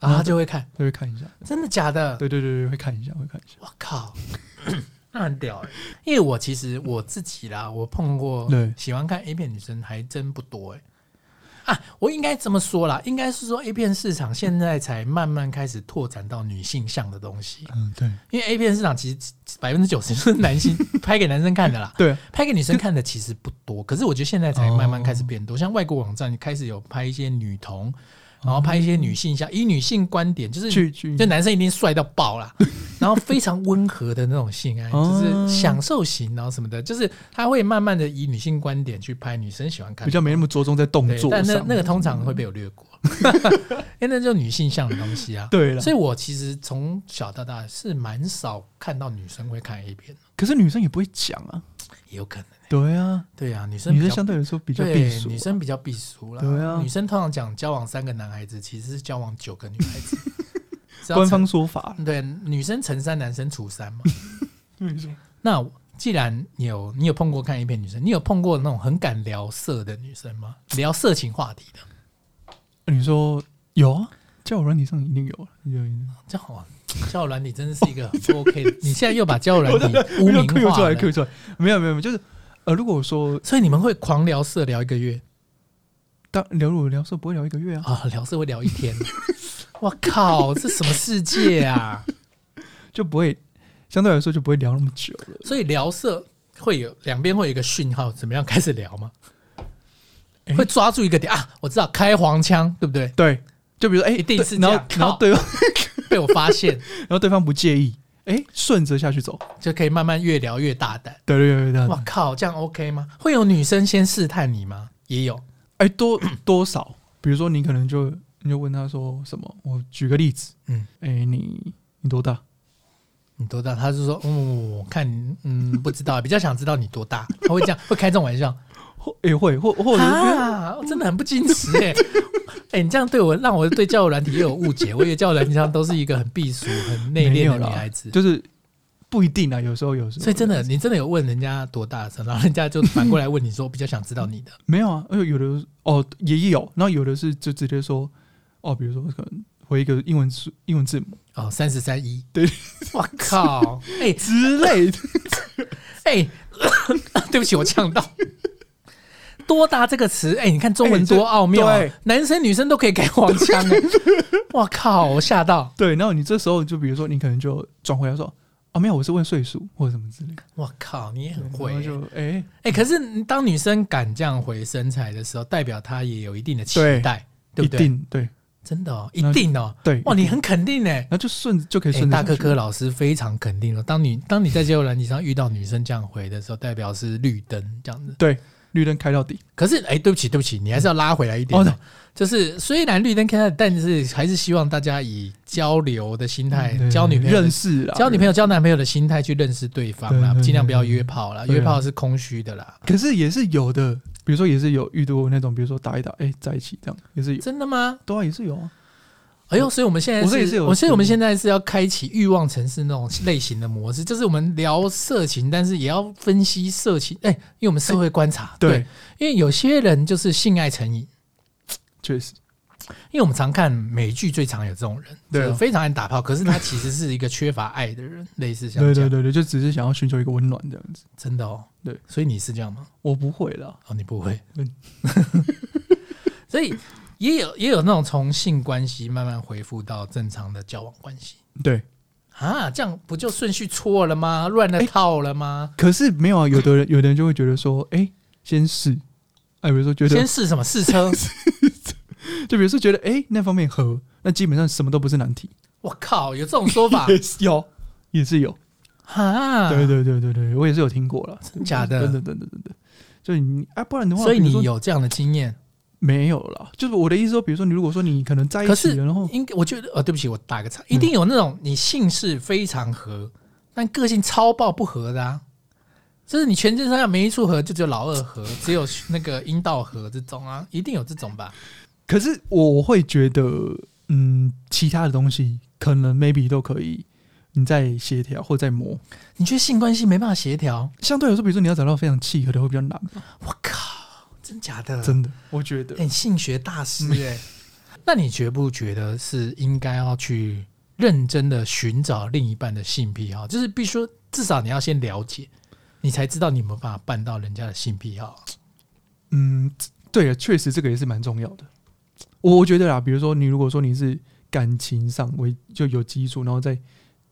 Speaker 1: 他就会看，
Speaker 2: 他会看一下，
Speaker 1: 真的假的？
Speaker 2: 对对对对，会看一下，会看一下，
Speaker 1: 我靠， *coughs* 那很屌哎、因为我其实我自己啦，我碰过
Speaker 2: 对
Speaker 1: 喜欢看 A 片女生还真不多哎、啊，我应该这么说啦，应该是说 A 片市场现在才慢慢开始拓展到女性向的东西，
Speaker 2: 嗯，对
Speaker 1: 因为 A 片市场其实百分之九十是男性拍给男生看的啦，
Speaker 2: 对啊，
Speaker 1: 拍给女生看的其实不多，可是我觉得现在才慢慢开始变
Speaker 2: 哦
Speaker 1: 多，像外国网站开始有拍一些女童，然后拍一些女性向，以女性观点就是
Speaker 2: 去去
Speaker 1: 就男生一定帅到爆
Speaker 2: *laughs*
Speaker 1: 啦，然后非常温和的那种性爱，
Speaker 2: 哦
Speaker 1: 就是享受型，然后什么的，就是他会慢慢的以女性观点去拍女生喜欢看
Speaker 2: 比，较没那么着重在动
Speaker 1: 对
Speaker 2: 作，
Speaker 1: 但
Speaker 2: 上，
Speaker 1: 那那个通常会被我略
Speaker 2: *laughs*
Speaker 1: 过，因为那就是女性向的东西啊。
Speaker 2: 对了
Speaker 1: 所，以我其实从小到大是蛮少看到女生会看 A 片的，
Speaker 2: 可是女生也不会讲啊，
Speaker 1: 也有可能。
Speaker 2: 对啊，
Speaker 1: 对啊，女生
Speaker 2: 女
Speaker 1: 比
Speaker 2: 生
Speaker 1: 较
Speaker 2: 相对来说比较
Speaker 1: 对
Speaker 2: 避俗，
Speaker 1: 女生比较避俗啦。
Speaker 2: 对啊
Speaker 1: 女生通常讲交往三个男孩子，其实是交往九个女孩
Speaker 2: *laughs*
Speaker 1: 子。只要
Speaker 2: 官
Speaker 1: 成
Speaker 2: 方说法，
Speaker 1: 对女生乘三，男生除
Speaker 2: *laughs*
Speaker 1: 三嘛。
Speaker 2: 没错，
Speaker 1: 那既然你有你有碰过看 A 片女生，你有碰过那种很敢聊色的女生吗？聊色情话题的，
Speaker 2: 你说有啊，交友软体上一定有啊，有有。有
Speaker 1: 这好啊。交友软体真的是一
Speaker 2: *laughs*
Speaker 1: 个很不 OK 的，你现在又把交友软体污
Speaker 2: 没有
Speaker 1: 名
Speaker 2: Q
Speaker 1: 化
Speaker 2: 出来
Speaker 1: 了，
Speaker 2: ，Q 出来，没有没有，没有就是呃，如果我说
Speaker 1: 所以你们会狂聊色聊一个月
Speaker 2: 当聊如聊说不会聊一个月啊，
Speaker 1: 啊，聊色会聊一
Speaker 2: *laughs*
Speaker 1: 天，我靠，这什么世界啊！
Speaker 2: 就不会相对来说就不会聊那么久了。
Speaker 1: 所以聊色会有两边会有一个讯号，怎么样开始聊吗？
Speaker 2: 诶
Speaker 1: 会抓住一个点啊，我知道开黄腔，对不
Speaker 2: *laughs*
Speaker 1: 对？
Speaker 2: 对，就比如说哎，
Speaker 1: 一定
Speaker 2: 对
Speaker 1: 是这
Speaker 2: 然
Speaker 1: 样
Speaker 2: 后然
Speaker 1: 靠
Speaker 2: 后对方
Speaker 1: 被我发现
Speaker 2: 然后对方不介意，哎，顺着下去走，
Speaker 1: 就可以慢慢越聊越大胆。
Speaker 2: 对对对对
Speaker 1: 哇
Speaker 2: 对，
Speaker 1: 靠，这样 OK 吗？会有女生先试探你吗？也有，
Speaker 2: 哎多多少，比如说你可能就你就问他说什么，我举个例子，
Speaker 1: 嗯，
Speaker 2: 哎你你多大？
Speaker 1: 你多大？他就说，嗯，我看，嗯，不知道，比较想知道你多大。他会这样， *laughs* 会开这种玩笑，
Speaker 2: 或哎会或或者是
Speaker 1: 啊，真的很不矜持
Speaker 2: *laughs*
Speaker 1: 哎、欸。哎、你这样对我，让我对交友软体也有误解。我以为交友软体上都是一个很避俗、很内
Speaker 2: 没
Speaker 1: 敛
Speaker 2: 有
Speaker 1: 的女
Speaker 2: 啦
Speaker 1: 孩子，
Speaker 2: 就是不一定啊，有时候有时候
Speaker 1: 所以真的，你真的有问人家多大的时候，然后人家就反过来问你
Speaker 2: *laughs*
Speaker 1: 说，比较想知道你的。
Speaker 2: 哎没有啊，而且有的哦也有，然后有的是就直接说哦，比如说可能回一个英文字英文字母
Speaker 1: 哦，三十三一，
Speaker 2: 对，
Speaker 1: 我
Speaker 2: *laughs*
Speaker 1: 靠，哎、
Speaker 2: 之类的， *laughs*
Speaker 1: 哎、 *laughs* 对不起，我呛到。多大这个词，哎、你看中文多奥妙、啊
Speaker 2: 哎这对
Speaker 1: 男生女生都可以改黄
Speaker 2: *laughs*
Speaker 1: 腔、哎我靠，我吓到，
Speaker 2: 对，然后你这时候就比如说你可能就转回来说啊没有，我是问岁数或者什么之类的，
Speaker 1: 我靠，你也很会、
Speaker 2: 然后
Speaker 1: 哎
Speaker 2: 就哎
Speaker 1: 哎、可是当女生敢这样回身材的时候，代表她也有一定的期待，对
Speaker 2: 一
Speaker 1: 不对？
Speaker 2: 定对
Speaker 1: 真的哦，一
Speaker 2: 那
Speaker 1: 定哦。
Speaker 2: 对
Speaker 1: 哇，你很肯定哎、
Speaker 2: 然后就顺就可以
Speaker 1: 哎
Speaker 2: 顺着
Speaker 1: 大
Speaker 2: 下
Speaker 1: 科
Speaker 2: 去
Speaker 1: 科老师非常肯定了。当你当你在交友软体上遇到女生这样回的时候，代表是绿灯这样子。
Speaker 2: 对绿灯开到底，
Speaker 1: 可是，哎、对不起，对不起，你还是要拉回来一点、
Speaker 2: 哦
Speaker 1: 哦。
Speaker 2: 对
Speaker 1: 就是虽然绿灯开了，但是还是希望大家以交流的心态、
Speaker 2: 嗯对
Speaker 1: 交女朋友
Speaker 2: 认
Speaker 1: 的、
Speaker 2: 识啦，
Speaker 1: 交女朋友、交男朋友的心态去认识对方啦
Speaker 2: 对对，对
Speaker 1: 尽量不要约炮啦，
Speaker 2: 对啊
Speaker 1: 约炮是空虚的啦。
Speaker 2: 可是也是有的，比如说也是有遇到过那种，比如说打一打，哎、在一起这样也是有，
Speaker 1: 真的吗？
Speaker 2: 对啊，也是有啊。
Speaker 1: 哎呦，所以我们现在
Speaker 2: 我这也是有嗯
Speaker 1: 我所以我们现在是要开启欲望城市那种类型的模式，就是我们聊色情，但是也要分析色情。哎、因为我们社会观察，
Speaker 2: 对，
Speaker 1: 因为有些人就是性爱成瘾，
Speaker 2: 确实，
Speaker 1: 因为我们常看美剧，最常有这种人，
Speaker 2: 对啊
Speaker 1: 就是非常爱打炮，可是他其实是一个缺乏爱的人，类似像这
Speaker 2: 对
Speaker 1: 样，
Speaker 2: 对对对，就只是想要寻求一个温暖这样子。
Speaker 1: 真的哦，
Speaker 2: 对，
Speaker 1: 所以你是这样吗？
Speaker 2: 我不会啦，
Speaker 1: 哦，你不会
Speaker 2: 嗯，
Speaker 1: *laughs* 所以也有也有那种从性关系慢慢恢复到正常的交往关系。
Speaker 2: 对。
Speaker 1: 啊，这样不就顺序错了吗？乱了套了吗？
Speaker 2: 可是没有啊，有的人有的人就会觉得说，哎、先试，哎、比如说觉得
Speaker 1: 先，试什么试
Speaker 2: *laughs*
Speaker 1: 车？
Speaker 2: 就比如说觉得，哎、那方面合，那基本上什么都不是难题。
Speaker 1: 我靠，有这种说
Speaker 2: *laughs*
Speaker 1: 法
Speaker 2: 啊也是有，也是有。
Speaker 1: 啊？
Speaker 2: 对对对对对，我也是有听过啦。
Speaker 1: 真假的
Speaker 2: 等等等等等等，就你啊，不然的话，
Speaker 1: 所以
Speaker 2: 比如
Speaker 1: 你
Speaker 2: 说
Speaker 1: 有这样的经验？
Speaker 2: 没有啦？就是我的意思说，比如说你如果说你可能在一
Speaker 1: 可
Speaker 2: 起
Speaker 1: 是
Speaker 2: 了，然后
Speaker 1: 应我觉得，呃，对不起，我打个岔，一定有那种你姓氏非常合，但个性超爆不合的啊。就是你全身上下没一处合，就只有老二 *laughs* 合，只有那个阴道合这种啊，一定有这种吧？
Speaker 2: 可是我会觉得，嗯，其他的东西可能 maybe 都可以，你再协调或再磨。
Speaker 1: 你觉得性关系没办法协调？
Speaker 2: 相对来说，比如说你要找到非常契合的会比较难吧，
Speaker 1: 我靠，真假的？
Speaker 2: 真的，我觉得
Speaker 1: 欸。你性学大师哎、那你觉不觉得是应该要去认真的寻找另一半的性癖好？就是必须至少你要先了解，你才知道你有没有办法办到人家的性癖好。
Speaker 2: 嗯，对了，确实这个也是蛮重要的。我我觉得啦，比如说你如果说你是感情上为就有基础，然后再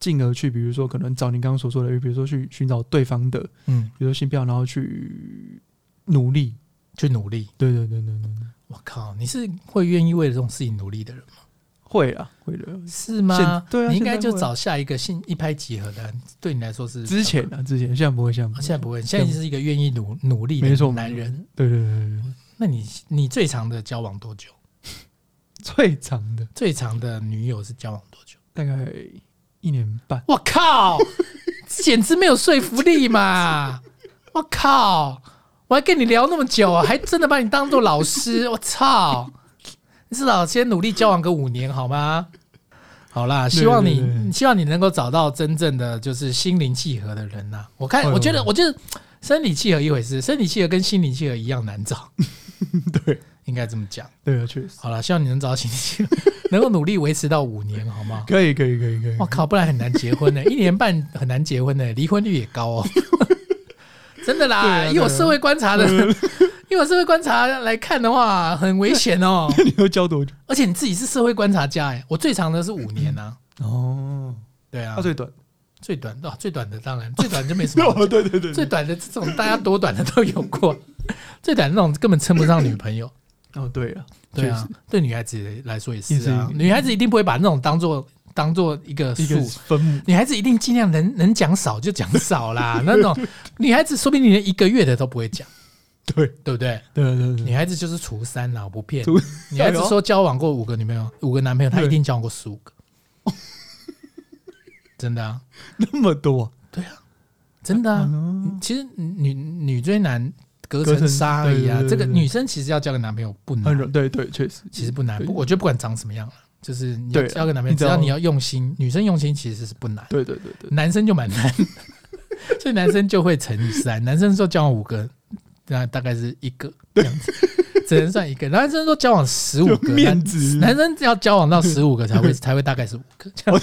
Speaker 2: 进而去，比如说可能找你刚刚所说的，比如说去寻找对方的，比
Speaker 1: 嗯，
Speaker 2: 如说性票，然后去努力。
Speaker 1: 去努力。
Speaker 2: 对对对对对，对
Speaker 1: 我靠，你是会愿意为了这种事情努力的人吗？
Speaker 2: 会啦，会的。
Speaker 1: 是吗
Speaker 2: 现？对啊
Speaker 1: 你应该
Speaker 2: 现在
Speaker 1: 就
Speaker 2: 会啊
Speaker 1: 找下一个性一拍即合的，对你来说是
Speaker 2: 之前。啊，之前现在不会，现在不
Speaker 1: 啊
Speaker 2: 会
Speaker 1: 现在不会，现在是一个愿意努努力
Speaker 2: 没错
Speaker 1: 的
Speaker 2: 没错
Speaker 1: 男人。
Speaker 2: 对对对对对，
Speaker 1: 那你你最长的交往多久？
Speaker 2: 最长的
Speaker 1: 最长的女友是交往多久？
Speaker 2: 大概一年半，
Speaker 1: 我
Speaker 2: *laughs*
Speaker 1: 靠，简直没有说服力嘛！我靠，我还跟你聊那么久、啊，还真的把你当做老
Speaker 2: *laughs*
Speaker 1: 师，我操！你至少先努力交往个五年好吗？好啦，希望你
Speaker 2: 对对对
Speaker 1: 希望你能够找到真正的就是心灵契合的人呐、我
Speaker 2: 会
Speaker 1: 看，我
Speaker 2: 会
Speaker 1: 觉得，
Speaker 2: 会
Speaker 1: 我觉得生理契合一回事，生理契合跟心灵契合一样难找，
Speaker 2: *laughs* 对
Speaker 1: 应该这么讲。
Speaker 2: 对啊，确实
Speaker 1: 好了，希望你能找到心灵契合，能够努力维持到五年，好吗？
Speaker 2: 可以可以可以可以
Speaker 1: 我。靠，不然很难结婚
Speaker 2: *laughs*
Speaker 1: 呢、一年半很难结婚呢、离婚率也高哦。真的
Speaker 2: 对
Speaker 1: 啦，
Speaker 2: 啊
Speaker 1: 以我社会观察的， *laughs* 以我社会观察来看的话，很危险哦。
Speaker 2: *laughs* 你要教多久？
Speaker 1: 而且你自己是社会观察家哎、我最长的是五年
Speaker 2: 嗯
Speaker 1: 啊。
Speaker 2: 哦，
Speaker 1: 对啊
Speaker 2: 那，最短。
Speaker 1: 最短的、哦最短的当然最短就没什么好
Speaker 2: 哦， *laughs* 对对对，
Speaker 1: 最短的这种大家多短的都有过， *laughs* 最短的那种根本称不上女朋
Speaker 2: *laughs*
Speaker 1: 友。
Speaker 2: 哦对啊，
Speaker 1: 对啊，对女孩子来说也是
Speaker 2: 也是
Speaker 1: 啊，
Speaker 2: 一个
Speaker 1: 女孩子一定不会把那种当做当做一个
Speaker 2: 确实，一个
Speaker 1: 数
Speaker 2: 分母。
Speaker 1: 女孩子一定尽量能能讲少就讲少
Speaker 2: *laughs*
Speaker 1: 啦，那种女孩子说不定连一个月的都不会讲，
Speaker 2: 对
Speaker 1: 对不对？
Speaker 2: 对对对，
Speaker 1: 女孩子就是除三啦，我不骗
Speaker 2: 除
Speaker 1: 你。女孩子说交往过五个女朋友，五个男朋友，她一定交往过十五
Speaker 2: *laughs*
Speaker 1: 个，真的啊，
Speaker 2: *laughs* 那么多
Speaker 1: 真的
Speaker 2: 啊
Speaker 1: 啊。
Speaker 2: 嗯
Speaker 1: 其实女女追男隔
Speaker 2: 隔层
Speaker 1: 层纱而已啊，
Speaker 2: 对对对
Speaker 1: 这个
Speaker 2: 对
Speaker 1: 女生其实要交个男朋友不
Speaker 2: 很
Speaker 1: 难，
Speaker 2: 容对对，确实
Speaker 1: 其实不难。
Speaker 2: 对
Speaker 1: 不，我觉得不管长什么样啊，就是你
Speaker 2: 对啊
Speaker 1: 交个男朋友，
Speaker 2: 你
Speaker 1: 只
Speaker 2: 只要
Speaker 1: 要你要用心，女生用心其实是不难。
Speaker 2: 对对对对，
Speaker 1: 男生就蛮难， *laughs* 所以男生就会乘以三。男生说交往五个，那大概是一个这样子，只能算一个，男生都交往十五个，
Speaker 2: 面子 *laughs*
Speaker 1: 男男生只要交往到十五个才会才会大概是五个 *laughs* 这样。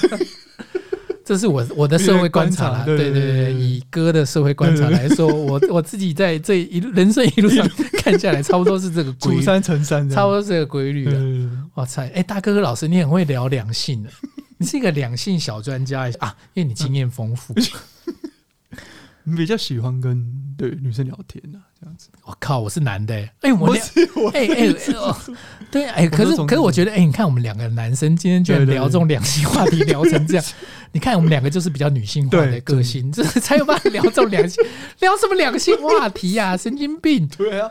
Speaker 1: 这是我我的社会观察啦，
Speaker 2: 别
Speaker 1: 对
Speaker 2: 人观察
Speaker 1: 对
Speaker 2: 对对
Speaker 1: 对，
Speaker 2: 对
Speaker 1: 以哥的社会观察来说，我我自己在这一路人生一
Speaker 2: *laughs*
Speaker 1: 路上看下来，差不多是这个规
Speaker 2: 竹
Speaker 1: 律，啊
Speaker 2: 山成山这
Speaker 1: 差不多
Speaker 2: 样，
Speaker 1: 是这个规律
Speaker 2: 对
Speaker 1: 了。
Speaker 2: 对对对
Speaker 1: 哇塞，哎，大哥哥老师，你很会聊两性的，你是一个两性小专家啊，因为你经验丰富。
Speaker 2: 你比较喜欢跟对女生聊天啊，这样子。
Speaker 1: 我靠，我是男的、欸，哎、我们
Speaker 2: 不
Speaker 1: 俩，
Speaker 2: 是我，
Speaker 1: 哎
Speaker 2: *laughs*
Speaker 1: 哎、哎哦对，哎、可
Speaker 2: 我
Speaker 1: 是
Speaker 2: 都从
Speaker 1: 可是我觉得，哎、你看我们两个男生今天居然
Speaker 2: 对对对
Speaker 1: 聊这种两性
Speaker 2: *laughs*
Speaker 1: 话题，聊成这样，你看我们两个就是比较女性化的
Speaker 2: 对
Speaker 1: 个性，这 *laughs* 才有办法聊这种两性，聊什么两性话题呀、神经病！
Speaker 2: 对啊，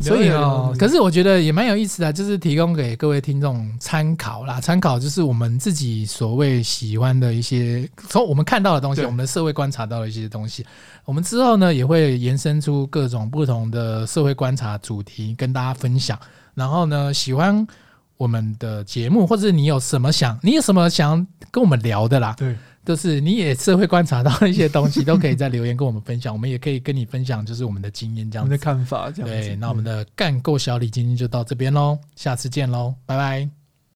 Speaker 1: 所以哦，可
Speaker 2: 是
Speaker 1: 是我觉得也蛮有意思的，啊就是提供给各位听众参考啦。参考就是我们自己所谓喜欢的一些，从我们看到的东西，
Speaker 2: 对
Speaker 1: 我们的社会观察到的一些东西。我们之后呢，也会延伸出各种不同的社会观察主题跟大家分享。然后呢，喜欢我们的节目，或者你有什么想，你有什么想跟我们聊的啦，
Speaker 2: 对
Speaker 1: 就是你也社会观察到的一些东西，都可以在留言跟我们分享。我们也可以跟你分享，就是我们的经验这
Speaker 2: 我
Speaker 1: 样
Speaker 2: 们
Speaker 1: 子
Speaker 2: 的。看法这样子。嗯
Speaker 1: 对，那我们的干够小李今天就到这边喽，下次见喽，拜拜。